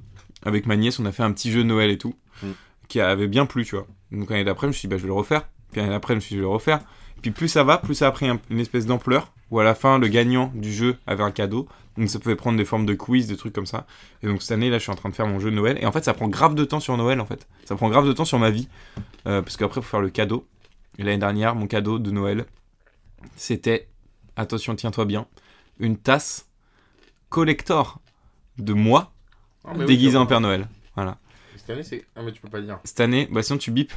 avec ma nièce, on a fait un petit jeu de Noël et tout,
Mm.
qui avait bien plu, tu vois. Donc l'année d'après, je me suis dit, bah, je vais le refaire. Puis l'année d'après, je me suis dit, je vais le refaire. Puis plus ça va, plus ça a pris un- une espèce d'ampleur, où à la fin, le gagnant du jeu avait un cadeau. Donc ça pouvait prendre des formes de quiz, des trucs comme ça. Et donc cette année, là, je suis en train de faire mon jeu de Noël. Et en fait, ça prend grave de temps sur Noël, en fait. Ça prend grave de temps sur ma vie. Euh, parce qu'après, il faut faire le cadeau. Et l'année dernière, mon cadeau de Noël, c'était, attention, tiens-toi bien, une tasse collector de moi
Ah, mais oui,
déguisé en
d'accord.
Père Noël.
Cette année, c'est. Ah, mais tu peux pas le dire.
Cette année, bah sinon tu bipes.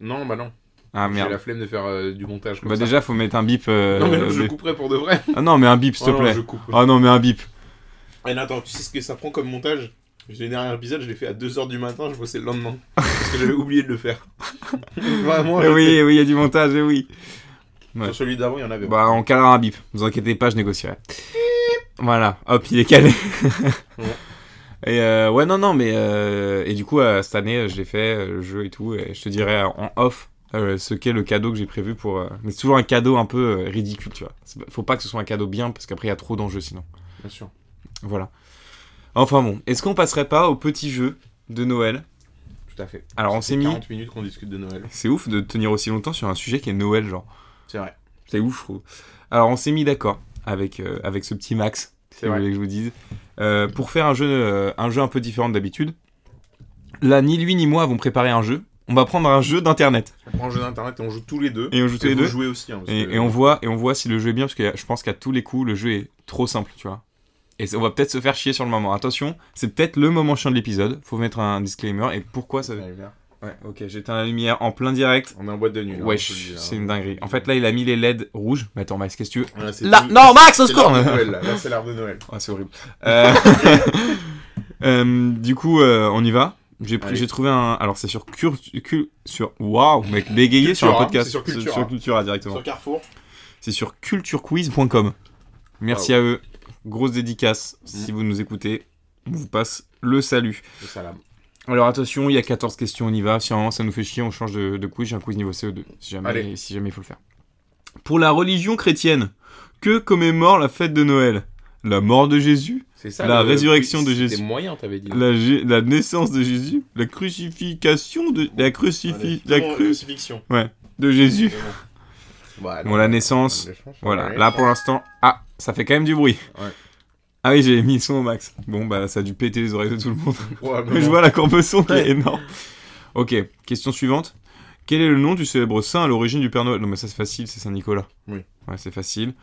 Non, bah non.
Ah
J'ai la
merde.
flemme de faire euh, du montage comme
Bah
ça.
déjà faut mettre un bip. euh,
non, mais non, je
des-
couperai pour de vrai.
Ah non mais un bip s'il
Ah
te
non,
plaît.
je coupe.
Ah non mais un bip.
Eh, non, attends, tu sais ce que ça prend comme montage Le dernier épisode, je l'ai fait à 2h du matin, je bossais le lendemain. parce que j'avais oublié de le faire. Vraiment,
Eh
je-
oui, eh oui, il y a du montage, eh oui. ouais.
Sur celui d'avant, il y en avait.
Bah on calera un bip. Vous inquiétez pas, je négocierai. Voilà, hop, il est calé.
Ouais.
Et euh, ouais non non mais euh, et du coup euh, cette année euh, je l'ai fait euh, le jeu et tout et je te dirai euh, en off euh, ce qu'est le cadeau que j'ai prévu pour euh, mais c'est toujours un cadeau un peu euh, ridicule tu vois C'est pas- faut pas que ce soit un cadeau bien parce qu'après il y a trop d'enjeux sinon
Bien sûr.
Voilà. Enfin bon, est-ce qu'on passerait pas au petit jeu de Noël
Tout à fait.
Alors on
Ça
s'est
fait
mis.
40 minutes qu'on discute de Noël.
C'est ouf de tenir aussi longtemps sur un sujet qui est Noël, genre.
C'est vrai.
C'est ouf, je trouve. Alors on s'est mis d'accord avec, euh, avec ce petit Max, si
C'est
vous
vrai.
voulez que je vous dise, euh, pour faire un jeu, euh, un jeu un peu différent d'habitude. Là, ni lui ni moi avons préparé un jeu, on va prendre un jeu d'internet
On prend un jeu d'internet et on joue tous les deux.
et on joue tous les
vous
deux
jouez aussi. hein, parce que-
et, et on voit et on voit si le jeu est bien parce que je pense qu'à tous les coups le jeu est trop simple, tu vois. Et ça- on va peut-être se faire chier sur le moment. Attention, c'est peut-être le moment chiant de l'épisode. Faut mettre un disclaimer et pourquoi ça.
Ouais, merde.
Ouais, ok, j'éteins la lumière en plein direct.
On est en boîte de nuit. là, on peut le
Wesh,
dire.
c'est une dinguerie. En fait, là, il a mis les LED rouges. Mais attends, Max, qu'est-ce que tu veux
Voilà, c'est
Là,
tout-
non, Max, au
c'est l'arbre
score
de Noël, là. Là, c'est l'arbre de Noël.
Ah, c'est horrible. Euh, euh, du coup, euh, on y va. J'ai pris-
Allez.
j'ai trouvé un. Alors, c'est sur cur, cul- sur. Waouh, mec, bégayé sur un
Cultura,
podcast.
c'est sur
C'est
Cultura.
sur Cultura directement.
Sur Carrefour.
C'est sur culturequiz.com. Merci à eux. Grosse dédicace. Si vous nous écoutez, on vous passe le salut.
Le salam.
Alors attention, il y a 14 questions, on y va. Si à un moment ça nous fait chier, on change de, de quiz. J'ai un quiz niveau CO2, si jamais,
Allez.
si jamais il faut le faire. Pour la religion chrétienne, que commémore la fête de Noël La mort de Jésus
C'est ça.
La résurrection de Jésus.
C'était moyen, t'avais dit.
la, gé- la naissance de Jésus La crucifixion de, la
Ah,
crucifi- la
Bon,
cru-
crucifixion.
de Jésus
C'est Bon, Bah,
Bon, la naissance, Voilà,
Ouais.
là pour l'instant. Ah, ça fait quand même du bruit.
Ouais.
Ah oui, j'ai mis le son au max. Bon, bah ça a dû péter les oreilles de tout le monde.
Probablement.
Mais je vois la courbe son qui est énorme. Ok, question suivante. Quel est le nom du célèbre saint à l'origine du Père Noël Non, mais ça c'est facile, c'est Saint Nicolas.
Oui.
Ouais, c'est facile.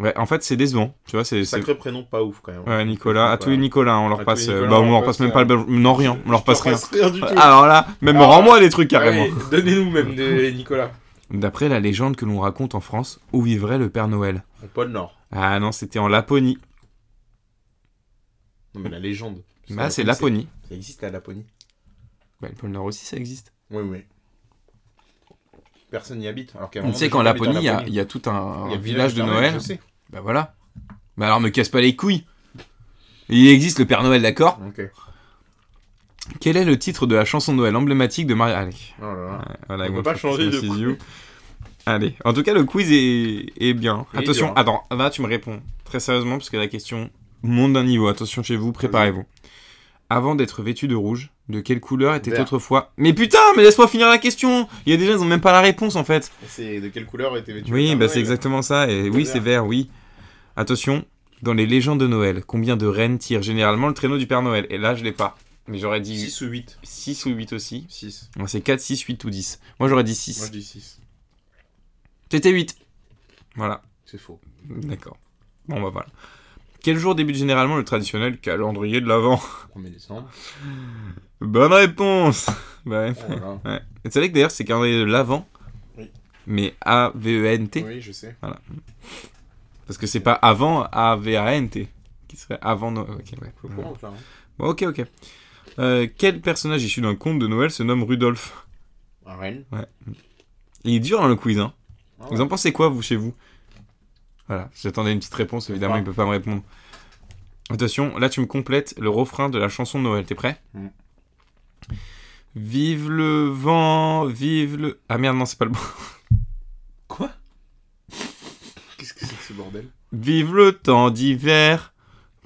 Ouais, en fait, c'est décevant. Tu vois, c'est. c'est-
Sacré prénom pas ouf quand même.
Ouais, Nicolas. À tous les Nicolas, on leur
À tous
passe.
les
euh,
Nicolas,
bah, on,
on
leur
leur
passe
passe,
même pas le. bel- Non, rien. On leur passe rien.
du tout.
Alors là, même
Ah.
rends-moi les trucs carrément.
Ouais, Donnez-nous même des Nicolas.
D'après la légende que l'on raconte en France, où vivrait le Père Noël
Au pôle Nord.
Ah non, c'était en Laponie.
Non mais la légende. Parce que
Bah, c'est
Laponie,
Laponie.
Ça existe la Laponie.
Bah, le pôle Nord aussi, ça existe.
Oui, oui. Personne n'y habite. Alors qu'à un
Tu
moment,
sais
j'ai
qu'en
pas habité en
Laponie, il y, a-
Laponie.
il y a tout un,
Il
un
y a le
village de
quand même,
Noël.
Je sais.
Bah voilà. Bah alors, me casse pas les couilles. Il existe le Père Noël, d'accord
Ok.
Quel est le titre de la chanson de Noël emblématique de Maria Allez.
Oh là là.
voilà,
On
I
peut
want
pas
to
changer de
Christmas is
quiz.
you. Allez, en tout cas, le quiz est, est bien.
Il est
attention,
dur, hein.
attends, là, tu me réponds très sérieusement parce que la question monte d'un niveau. Attention chez vous, préparez-vous. Avant d'être vêtu de rouge, de quelle couleur était
Vert.
autrefois Mais putain, mais laisse-moi finir la question Il y a des gens, ils ont même pas la réponse en fait.
Et C'est de quelle couleur était vêtu le
oui,
Père
bah
Noël
c'est exactement ça. Et oui,
vert.
c'est vert, oui. Attention, dans les légendes de Noël, combien de reines tirent généralement le traîneau du Père Noël Et là, je l'ai pas. Mais j'aurais dit
6 ou 8
6 ou 8 aussi.
6.
Bon, C'est 4, 6, 8 ou 10. Moi, j'aurais dit
Moi
6.
je dis 6.
C'était 8. Voilà.
C'est faux.
D'accord. Bon, bah voilà. Quel jour débute généralement le traditionnel calendrier de l'Avent
1er décembre.
Bonne réponse Bah ouais.
Oh là là.
Et Tu savais que d'ailleurs, c'est calendrier de l'Avent
Oui.
Mais A-V-E-N-T.
Oui, je sais.
Parce que c'est pas avant A-V-A-N-T. Qui serait avant Noël. Ok, ouais.
Je comprends là. hein.
Bon, ok, ok. Euh, quel personnage issu d'un conte de Noël se nomme Rudolph
À Rennes.
Il est dur dans le quiz, hein.
hein. Ah
Vous
ouais.
en pensez quoi, vous, chez vous Voilà, j'attendais une petite réponse, évidemment,
Ah.
il ne peut pas me répondre. Attention, là, tu me complètes le refrain de la chanson de Noël, t'es prêt
Mm.
Vive le vent, vive le... Ah merde, non, c'est pas le bon. Quoi
Qu'est-ce que c'est que ce bordel
Vive le temps d'hiver,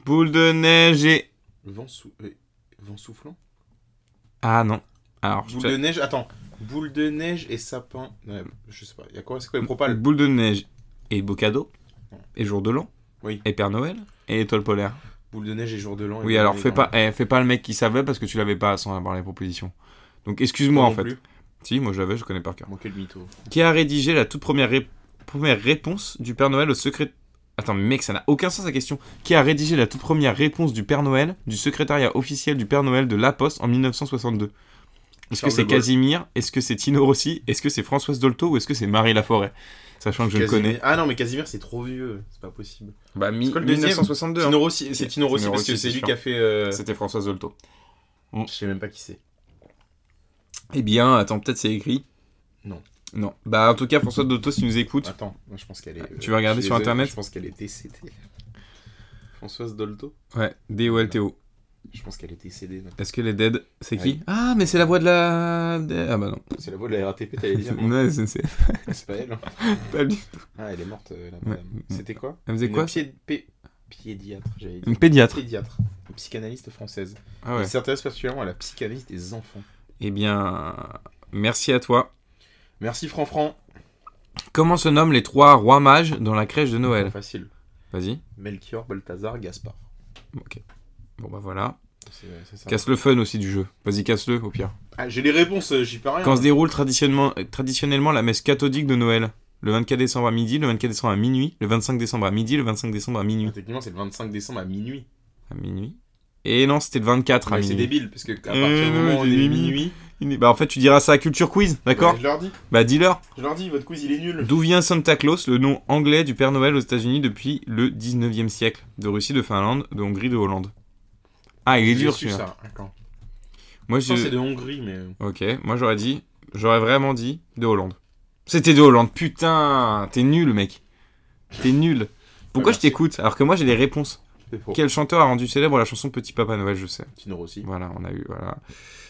boule de neige et...
Vent, sou- euh, vent soufflant
Ah non. Alors, je
Boule
te-
de neige, attends. Boule de neige et sapin. Ouais, je sais pas. Il y a quoi C'est quoi les propales
boule de neige et beau cadeau, et jour de l'an,
Oui.
et Père Noël, et étoile polaire.
Boule de neige et jour de l'an. et
Oui,
boule
alors
de
fais
neige,
pas,
non.
eh, fais pas le mec qui savait parce que tu l'avais pas sans avoir les propositions. Donc
Toi
excuse-moi en
non
fait.
plus.
Si, moi je l'avais, je connais par cœur.
Bon, quel mytho.
Qui a rédigé la toute première, ré- première réponse du Père Noël au secret... Attends, mais mec, ça n'a aucun sens la question. Qui a rédigé la toute première réponse du Père Noël du secrétariat officiel du Père Noël de La Poste en 1962 Est-ce que
Charles de
c'est
Gaulle.
Casimir Est-ce que c'est Tino Rossi Est-ce que c'est Françoise Dolto ou est-ce que c'est Marie Laforêt Sachant que je le
Casimir-
connais.
Ah non, mais Casimir, c'est trop vieux. C'est pas possible.
Bah, mi-
C'est quoi le deuxième
1962. hein.
Tino Rossi- C'est
Ok,
Tino Rossi
Tino
parce
Rossi,
que c'est
c'est
lui
sûr.
qui a fait. euh,
C'était Françoise Dolto.
Je sais même pas qui c'est.
Eh bien, attends, peut-être c'est écrit.
Non.
Non. Bah, en tout cas, François Dotto, si tu nous écoutes,
Attends, moi, je pense qu'elle est.
Ah,
euh,
Tu vas regarder
je suis
sur
désolé,
Internet
Je pense qu'elle est décédée. Françoise Dolto
ouais, D-O-L-T-O.
Je pense qu'elle est décédée. non.
Est-ce qu'elle est dead C'est qui
Oui.
Ah, mais c'est la voix de la. de- Ah, bah non.
C'est la voix de la RATP, t'allais dire. non
Ouais, c'est- c'est-
c'est pas elle. hein.
pas lui.
Ah, elle est morte, euh, la
Ouais.
madame. C'était quoi
Elle faisait
Une
quoi
pied- pé- Piédiatre, j'allais dire.
Une pédiatre.
Pédiatre, une psychanalyste française.
Ah ouais.
Elle s'intéresse particulièrement à la psychanalyse des enfants.
Eh bien, merci à toi.
Merci Franfran.
Comment se nomment les trois rois mages dans la crèche de Noël
Facile.
Vas-y.
Melchior, Balthazar, Gaspard.
Ok. Bon, bah voilà.
C'est euh, c'est ça.
Casse le fun aussi du jeu. Vas-y, casse-le, au pire.
Ah, j'ai les réponses, euh, j'y peux rien.
Quand se déroule traditionnellement, traditionnellement la messe cathodique de Noël Le 24 décembre à midi, le 24 décembre à minuit, le 25 décembre à midi, le 25 décembre à minuit.
Ah, Techniquement, c'est le 25 décembre à minuit.
À minuit Et non, c'était le 24 à
Mais c'est
minuit.
débile, parce que à partir
Euh,
du moment où on est
j'ai mis
minuit,
minuit. Bah en fait, tu diras ça à Culture Quiz, d'accord
bah, je leur dis,
Bah dis-leur.
je leur dis, votre quiz il est nul.
D'où vient Santa Claus, le nom anglais du Père Noël aux États-Unis depuis le 19e siècle De Russie, de Finlande, de Hongrie, de Hollande. Ah, il est
J'ai
dur
su
celui-là.
ça, d'accord.
Moi,
Je pense que c'est
je...
de Hongrie, mais. euh,
Ok, moi j'aurais dit, j'aurais vraiment dit de Hollande. C'était de Hollande, putain, t'es nul, mec. T'es nul. Pourquoi
Ouais,
je t'écoute alors que moi j'ai les réponses
C'est faux.
Quel chanteur a rendu célèbre la chanson Petit Papa Noël, je sais.
Tino Rossi.
Voilà, on a eu, voilà.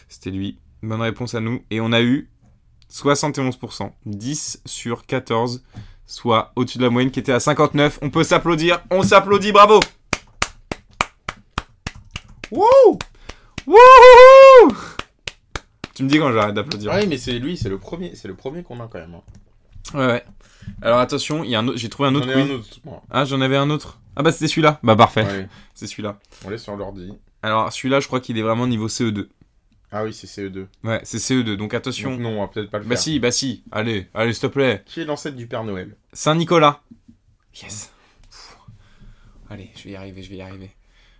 C'était lui. Bonne réponse à nous. Et on a eu 71%. 10 sur 14, soit au-dessus de la moyenne qui était à 59. On peut s'applaudir. On s'applaudit, bravo Wouh Wouhou Tu me dis quand j'arrête d'applaudir.
Ouais, mais c'est lui, c'est le premier, c'est le premier qu'on a quand même. hein.
ouais. ouais. Alors attention, il y a un autre- j'ai trouvé un autre
J'en ai
quiz.
un autre. moi.
Ah, j'en avais un autre. Ah bah c'était celui-là. Bah parfait,
Ouais,
c'est celui-là.
on laisse sur l'ordi.
Alors celui-là, je crois qu'il est vraiment niveau CE2.
Ah oui, c'est CE2.
Ouais, c'est CE2, donc attention.
Donc non, on va peut-être pas le
Bah
faire.
si, bah si, allez, allez, s'il te plaît.
Qui est l'ancêtre du Père Noël
Saint-Nicolas. Yes. Pfff. Allez, je vais y arriver, je vais y arriver.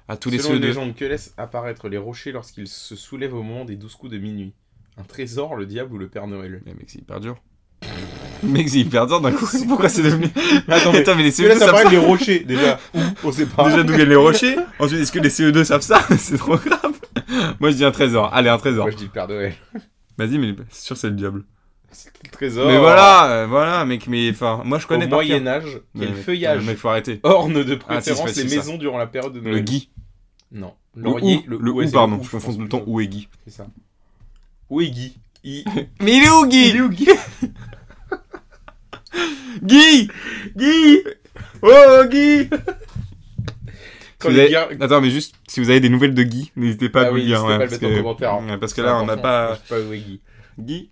À tous les E
Selon
ceux
une
de...
légende, que laissent apparaître les rochers lorsqu'ils se soulèvent au moment des douze coups de minuit Un trésor, le diable ou le Père Noël
Mais mec, c'est hyper dur. mec, c'est hyper dur d'un coup. Pourquoi c'est devenu...
Attends, mais
Attends, mais les
que laissent
CE2 savent
apparaître
ça
les rochers déjà Où On sait pas.
Déjà d'où viennent les rochers. Ensuite, est-ce que les CE2 savent ça C'est trop grave. Moi, je dis un trésor. Allez, un trésor.
Moi je dis le Père Noël.
Vas-y, mais c'est sûr, c'est le diable.
C'est le trésor.
Mais voilà, euh, voilà, mec, mais enfin, moi, je
Oh. Au
connais par cœur.
Moyen-Âge,
Mais
quel
mec,
feuillage
Mec, faut arrêter.
orne de
Ah, si,
préférence
c'est
les
facile, ça.
maisons durant la période de Noël
Le Guy.
Non.
Le
Laurier,
ou, le
ou, ouais,
ou,
c'est
pardon.
ou,
Je confonds
pense,
tout le temps
plutôt.
ou et Guy.
C'est ça. Où est Guy I-
Mais il est où, Guy Il est où, Guy Guy Guy Oh, Guy Si vous
Quand les
avez-
gars-
Attends, mais juste, si vous avez des nouvelles de Guy, n'hésitez pas à
Ah
vous
oui,
le dire.
n'hésitez pas à le
parce
mettre en
que...
commentaire, hein.
ouais, parce que
C'est
là, on n'a
important.
pas...
Je sais pas où est Guy.
Guy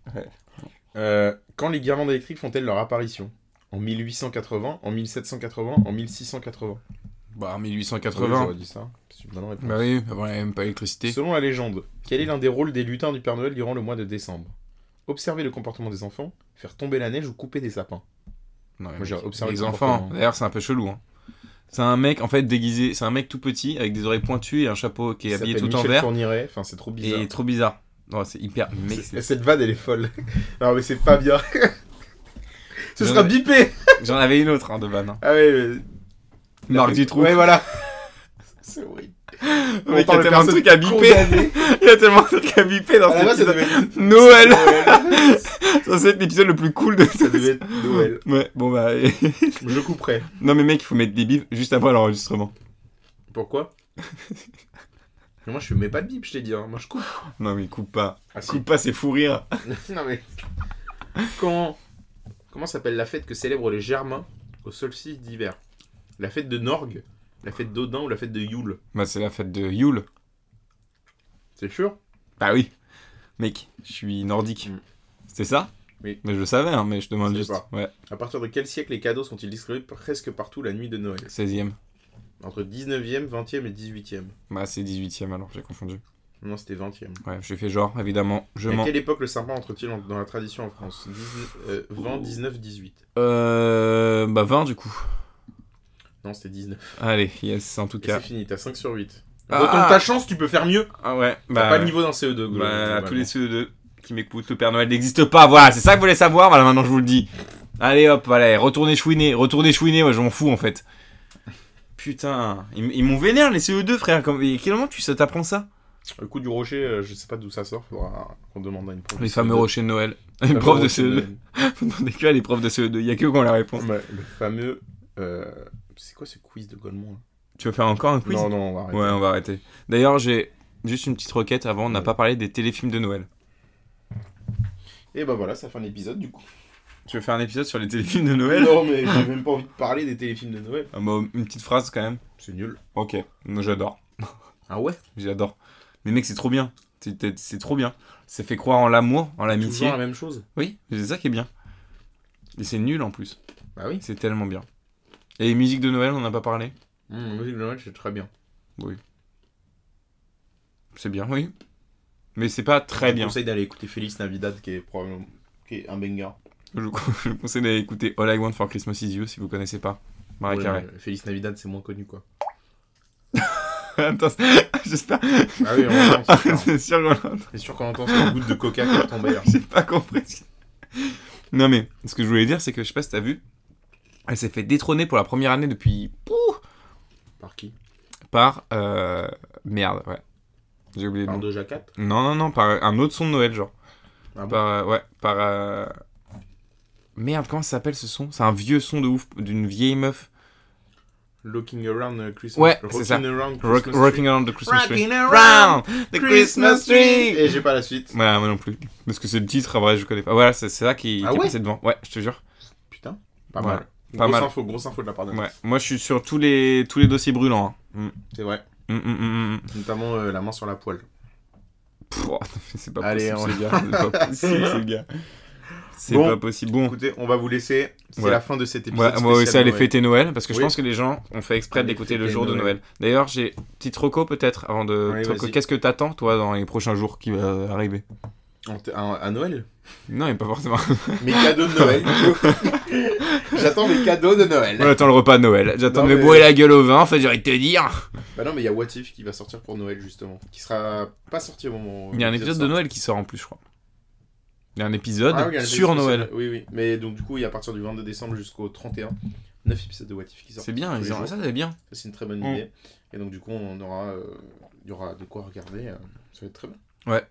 Euh, quand les guirlandes électriques font-elles leur apparition En 1880, en 1780, en 1680
Bah,
Oui,
1880.
J'aurais dit ça. C'est une bonne réponse.
bah oui, avant, il n'y avait même pas l'électricité.
Selon la légende, quel est l'un des rôles des lutins du Père Noël durant le mois de décembre Observer le comportement des enfants, faire tomber la neige ou couper des sapins.
Non, mais
Moi, j'ai
mec,
observé
les
le
enfants.
comportement.
D'ailleurs, c'est un peu chelou. hein. C'est un mec, en fait, déguisé. C'est un mec tout petit, avec des oreilles pointues et un chapeau qui est
Il
habillé
s'appelle
tout en
Michel
vert.
Fourniret. Enfin, c'est trop bizarre.
Et trop bizarre. Non, c'est hyper. Mec,
C'est-
c'est-
Cette vanne, elle est folle. non, mais c'est pas bien. Ce
Non,
sera
mais-
bipé
J'en avais une autre hein, de vanne. hein.
Ah ouais, euh, la
Marc
fête-
Dutroux.
Ouais, voilà. c'est horrible.
Le mec, il y
parle
a tellement
de
de
personnes
trucs à biper.
condamnées.
Il y a tellement de trucs à biper dans
À la
cet
base, Ah, ça
épisode.
devait être
Noël
Noël.
Ça, c'est l'épisode le plus cool de
Ça devait être Noël.
Ouais, bon bah.
Je couperai.
non, mais mec, il faut mettre des bips juste après l'enregistrement.
Pourquoi Mais moi, je mets pas de bip, je t'ai dit. hein. Moi, je coupe.
Non, mais coupe pas.
Ah, si.
Coupe pas, c'est fou rire.
non, mais. Quand... Comment s'appelle la fête que célèbrent les Germains au solstice d'hiver La fête de Norgue La fête d'Odin ou la fête de Yule
Bah, c'est la fête de Yule.
C'est sûr
Bah oui. Mec, je suis nordique.
Mm.
C'était ça
Oui.
Mais je le savais, hein, mais je demande
Je
juste.
sais pas.
Ouais,
À partir de quel siècle les cadeaux sont-ils distribués presque partout la nuit de Noël
16ème.
Entre 19e, 20e et 18e.
Bah, c'est 18ème alors, j'ai confondu.
Non, c'était 20e.
Ouais, j'ai fait genre, évidemment. Je
À
mens.
quelle époque le sapin entre-t-il en- dans la tradition en France 19, euh, 20, 19, 18.
Euh. Bah, 20 du coup.
Non, c'était 19.
Allez, yes, en tout
Et c'est
cas.
fini, t'as 5 sur 8.
Ah.
Retombe ta chance, tu peux faire mieux.
Ah ouais,
T'as pas le niveau dans le
Bah, à
CE2. globalement.
tous les ceux de qui m'écoutent, le Père Noël n'existe pas. Voilà, c'est ça que vous voulez savoir. Voilà, maintenant je vous le dis. Allez hop, allez, retournez chouiner, retournez chouiner. Moi, je m'en fous en fait. Putain, ils, m- ils m'ont vénère les CE2, frère. Comme, et quel moment tu ça t'apprends ça
Le coup du rocher, euh, je sais pas d'où ça sort, faudra qu'on demande à une prof.
Les
de
fameux
CE2.
rochers de Noël. Euh, Les
Le
profs de E
rocher
CE2. Vous demandez que à les profs de CE2. Il y a que quand la réponse.
Ouais, Le fameux. euh, C'est quoi ce quiz de Golemont là
Tu veux faire encore un quiz
Non, non, on va arrêter.
Ouais, on va arrêter. D'ailleurs, j'ai juste une petite requête avant. On n'a pas parlé des téléfilms de Noël.
Et bah voilà, ça fait un épisode du coup.
Tu veux faire un épisode sur les téléfilms de Noël
Non, mais j'ai même pas envie de parler des téléfilms de Noël.
Ah, bah, Une petite phrase quand même.
C'est nul.
Ok, moi j'adore.
Ah ouais
J'adore. Mais mec, c'est trop bien. C'est- C'est c'est trop bien. Ça fait croire en l'amour, en
Toujours
l'amitié.
la même chose
Oui, c'est ça qui est bien. Et c'est nul en plus.
Bah oui.
C'est tellement bien. Et les musiques de Noël, on n'en a pas parlé.
Mmh, musique de Noël, c'est très bien.
Oui. C'est bien, oui. Mais c'est pas très
Je
bien.
vous conseille d'aller écouter Félix Navidad, qui est probablement qui est un banger.
Je vous je vous conseille d'aller écouter All I Want for Christmas Is You si vous connaissez pas. Marie
Ouais,
Carré.
mais Félix Navidad, c'est moins connu, quoi.
Attends, j'espère.
Ah oui, on l'entend,
C'est
c'est sûr.
sûr qu'on l'entend.
C'est sûr qu'on entend cette goutte de coca qui est tombée, là.
J'ai pas compris. Non mais, ce que je voulais dire, c'est que je sais pas si t'as vu, elle s'est fait détrôner pour la première année depuis. Pouh
Par qui
Par. euh, Merde, ouais. J'ai oublié le
Par
nom.
Doja Cat
Non, non, non, par un autre son de Noël, genre.
Ah bon
par. euh, ouais, par. euh, Merde, comment ça s'appelle ce son C'est un vieux son de ouf d'une vieille meuf.
Looking Around euh, Christmas.
Ouais,
Rocking
c'est ça.
Around
Rock-
Christmas
rocking
Tree.
around the Christmas tree.
Rocking around
Round the Christmas tree.
Et j'ai pas la suite.
Ouais, moi non plus. Parce que c'est le titre, en vrai, je connais pas. Voilà, c'est c'est ça qui,
Ah
qui est
ouais
passé devant. Ouais, je te jure.
Putain, pas
Ouais.
mal.
Pas
grosse
mal.
info, grosse info de la part de
Ouais. Moi, je suis sur tous les, tous les dossiers brûlants. hein.
C'est vrai.
Mm. Mm, mm, mm, mm, mm.
Notamment euh, la main sur la poêle.
Pff, oh, c'est pas
Allez,
possible,
on-
ce gars. C'est pas possible, ce gars. C'est
Bon.
pas possible. Bon,
Écoutez, on va vous laisser. C'est
Ouais.
la fin de cet
Ouais,
épisode.
ouais, ouais, ça
spécial
allait
Noël.
fêter Noël parce que je
Oui.
pense que les gens ont fait exprès
Allez,
d'écouter le
fêter
jour de
Noël.
Noël. D'ailleurs, j'ai petite roco peut-être avant de.
Oui,
te reco-
vas-y.
Qu'est-ce que t'attends toi dans les prochains jours qui va arriver
En t- À, à Noël
Non, mais pas forcément.
Mes cadeaux de Noël. J'attends mes cadeaux de Noël.
On attend le repas de Noël. J'attends
Non,
de me
mais-
bourrer la gueule au vin. Enfin, j'ai envie de te dire.
Bah non, mais il y a What If qui va sortir pour Noël justement. Qui sera pas sorti au moment. où
Il y a un
l'épisode
épisode
sort.
de Noël qui sort en plus, je crois. Il y a un épisode
Ah oui, il y a un épisode
sur
spécial.
Noël.
Oui, oui. Mais donc, du coup, il y a à partir du 22 décembre jusqu'au 31, 9 épisodes de What If qui sortent.
C'est bien,
tous les
ils ont-
jours.
ça c'est bien.
Ça, c'est une très bonne
Mm.
idée. Et donc, du coup, on aura, euh, il y aura de quoi regarder. euh, ça va être très bien.
Ouais.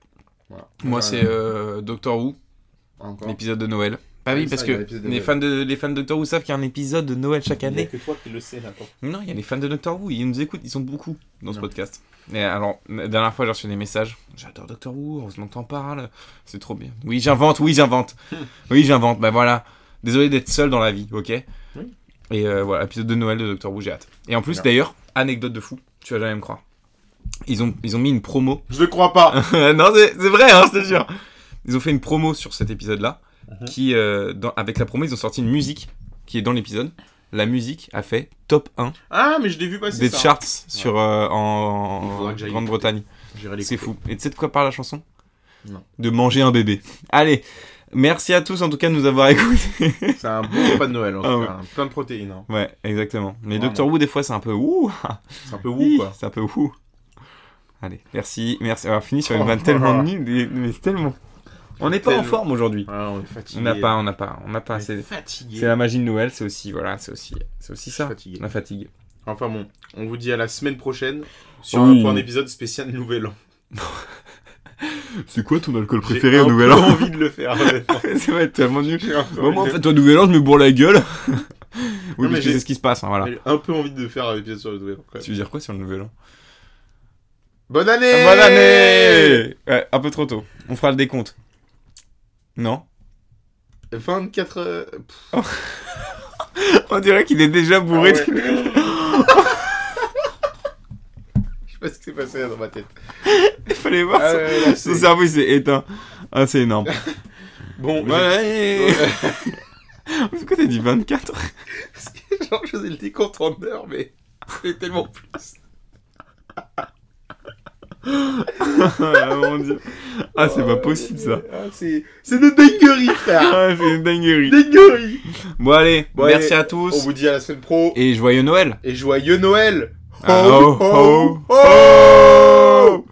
Voilà.
Moi,
Enfin,
c'est euh, Doctor Who,
encore.
l'épisode de Noël. Bah oui,
Ah Ça,
parce
il
que
y a l'épisode de
les
Noël.
fans de, les fans de Doctor Who savent qu'il y a un épisode de Noël chaque
Il n'y a
année.
que toi qui le sais, Nathan.
Non, il y a les fans de Doctor Who, ils nous écoutent, ils sont beaucoup dans ce
Non.
podcast. Et alors, la dernière fois, j'ai reçu des messages. J'adore Doctor Who, heureusement que t'en parles. C'est trop bien. Oui, j'invente, oui, j'invente. oui, j'invente, bah voilà. Désolé d'être seul dans la vie, ok
Oui.
Et euh, voilà, épisode de Noël de Doctor Who, j'ai hâte. Et en plus,
Bien.
d'ailleurs, anecdote de fou, tu vas jamais me croire. Ils ont, ils ont mis une promo
Je le crois pas.
non, c'est c'est vrai, hein, je te jure. Ils ont fait une promo sur cet épisode-là,
Mhm.
qui, euh, dans- avec la promo, ils ont sorti une musique qui est dans l'épisode. La musique a fait top 1
Ah, mais je l'ai vu passer.
des
ça.
charts sur, euh, en-
Il
en,
faudra que j'aille
Grande-Bretagne.
J'irai l'écouter.
C'est fou. Et tu sais de quoi parle la chanson
Non.
De manger un bébé. Allez, merci à tous en tout cas de nous avoir écoutés.
C'est un bon repas de Noël, en
Ah
tout cas. hein. Plein de protéines. hein.
ouais, exactement. Mais
Vraiment.
Doctor Who, des fois, c'est un peu ouh.
C'est un peu wou, quoi.
C'est un peu ouh. Allez, merci, merci. On va finir sur une
Oh.
vanne tellement nulle, mais- mais c'est tellement. On n'est pas en
Tellement.
forme aujourd'hui.
Ah, on est fatigué.
On n'a pas, on n'a pas, on n'a
On
pas.
est
C'est
fatigué.
c'est la magie de Noël, c'est aussi, voilà, c'est aussi, c'est aussi
Je suis
ça.
fatigué.
La fatigue.
Enfin bon, on vous dit à la semaine prochaine sur
Oui.
un, pour un épisode spécial Nouvel An.
C'est quoi ton alcool
J'ai un peu envie de le faire. honnêtement.
Ça va être tellement nul.
J'ai un peu
Bon, moi, en
envie de-
fait, au Nouvel An, je me bourre la gueule. oui,
mais
parce que
j'ai-
c'est ce qui se passe, hein, voilà.
J'ai un peu envie de faire un épisode sur le Nouvel An. quand même.
Tu veux dire quoi sur le Nouvel An Ah,
Bonne année
Bonne année Ouais, Un peu trop tôt. On fera le décompte. Non
24 euh, pff,
On dirait qu'il est déjà bourré.
ah
de-
ouais. Je sais pas ce qui s'est passé là dans ma tête.
Il fallait voir.
Ah
son-
ouais, là,
Son
c'est-
cerveau, il s'est éteint. Ah, c'est énorme.
Bon,
Bonne année Pourquoi t'as dit 24
j'ai- parce que, genre je faisais le décompte en heure, mais c'est tellement plus.
Ah mon dieu. Ah, c'est pas
Euh,
possible ça.
ah, c'est c'est de dinguerie, frère.
Ah, c'est une dinguerie.
dinguerie.
Bon, allez,
Bon,
merci
allez,
à
On
tous
vous dit à la semaine pro
et joyeux Noël.
Oh, et joyeux Noël.
Ah,
Ho,
ho,
ho, ho.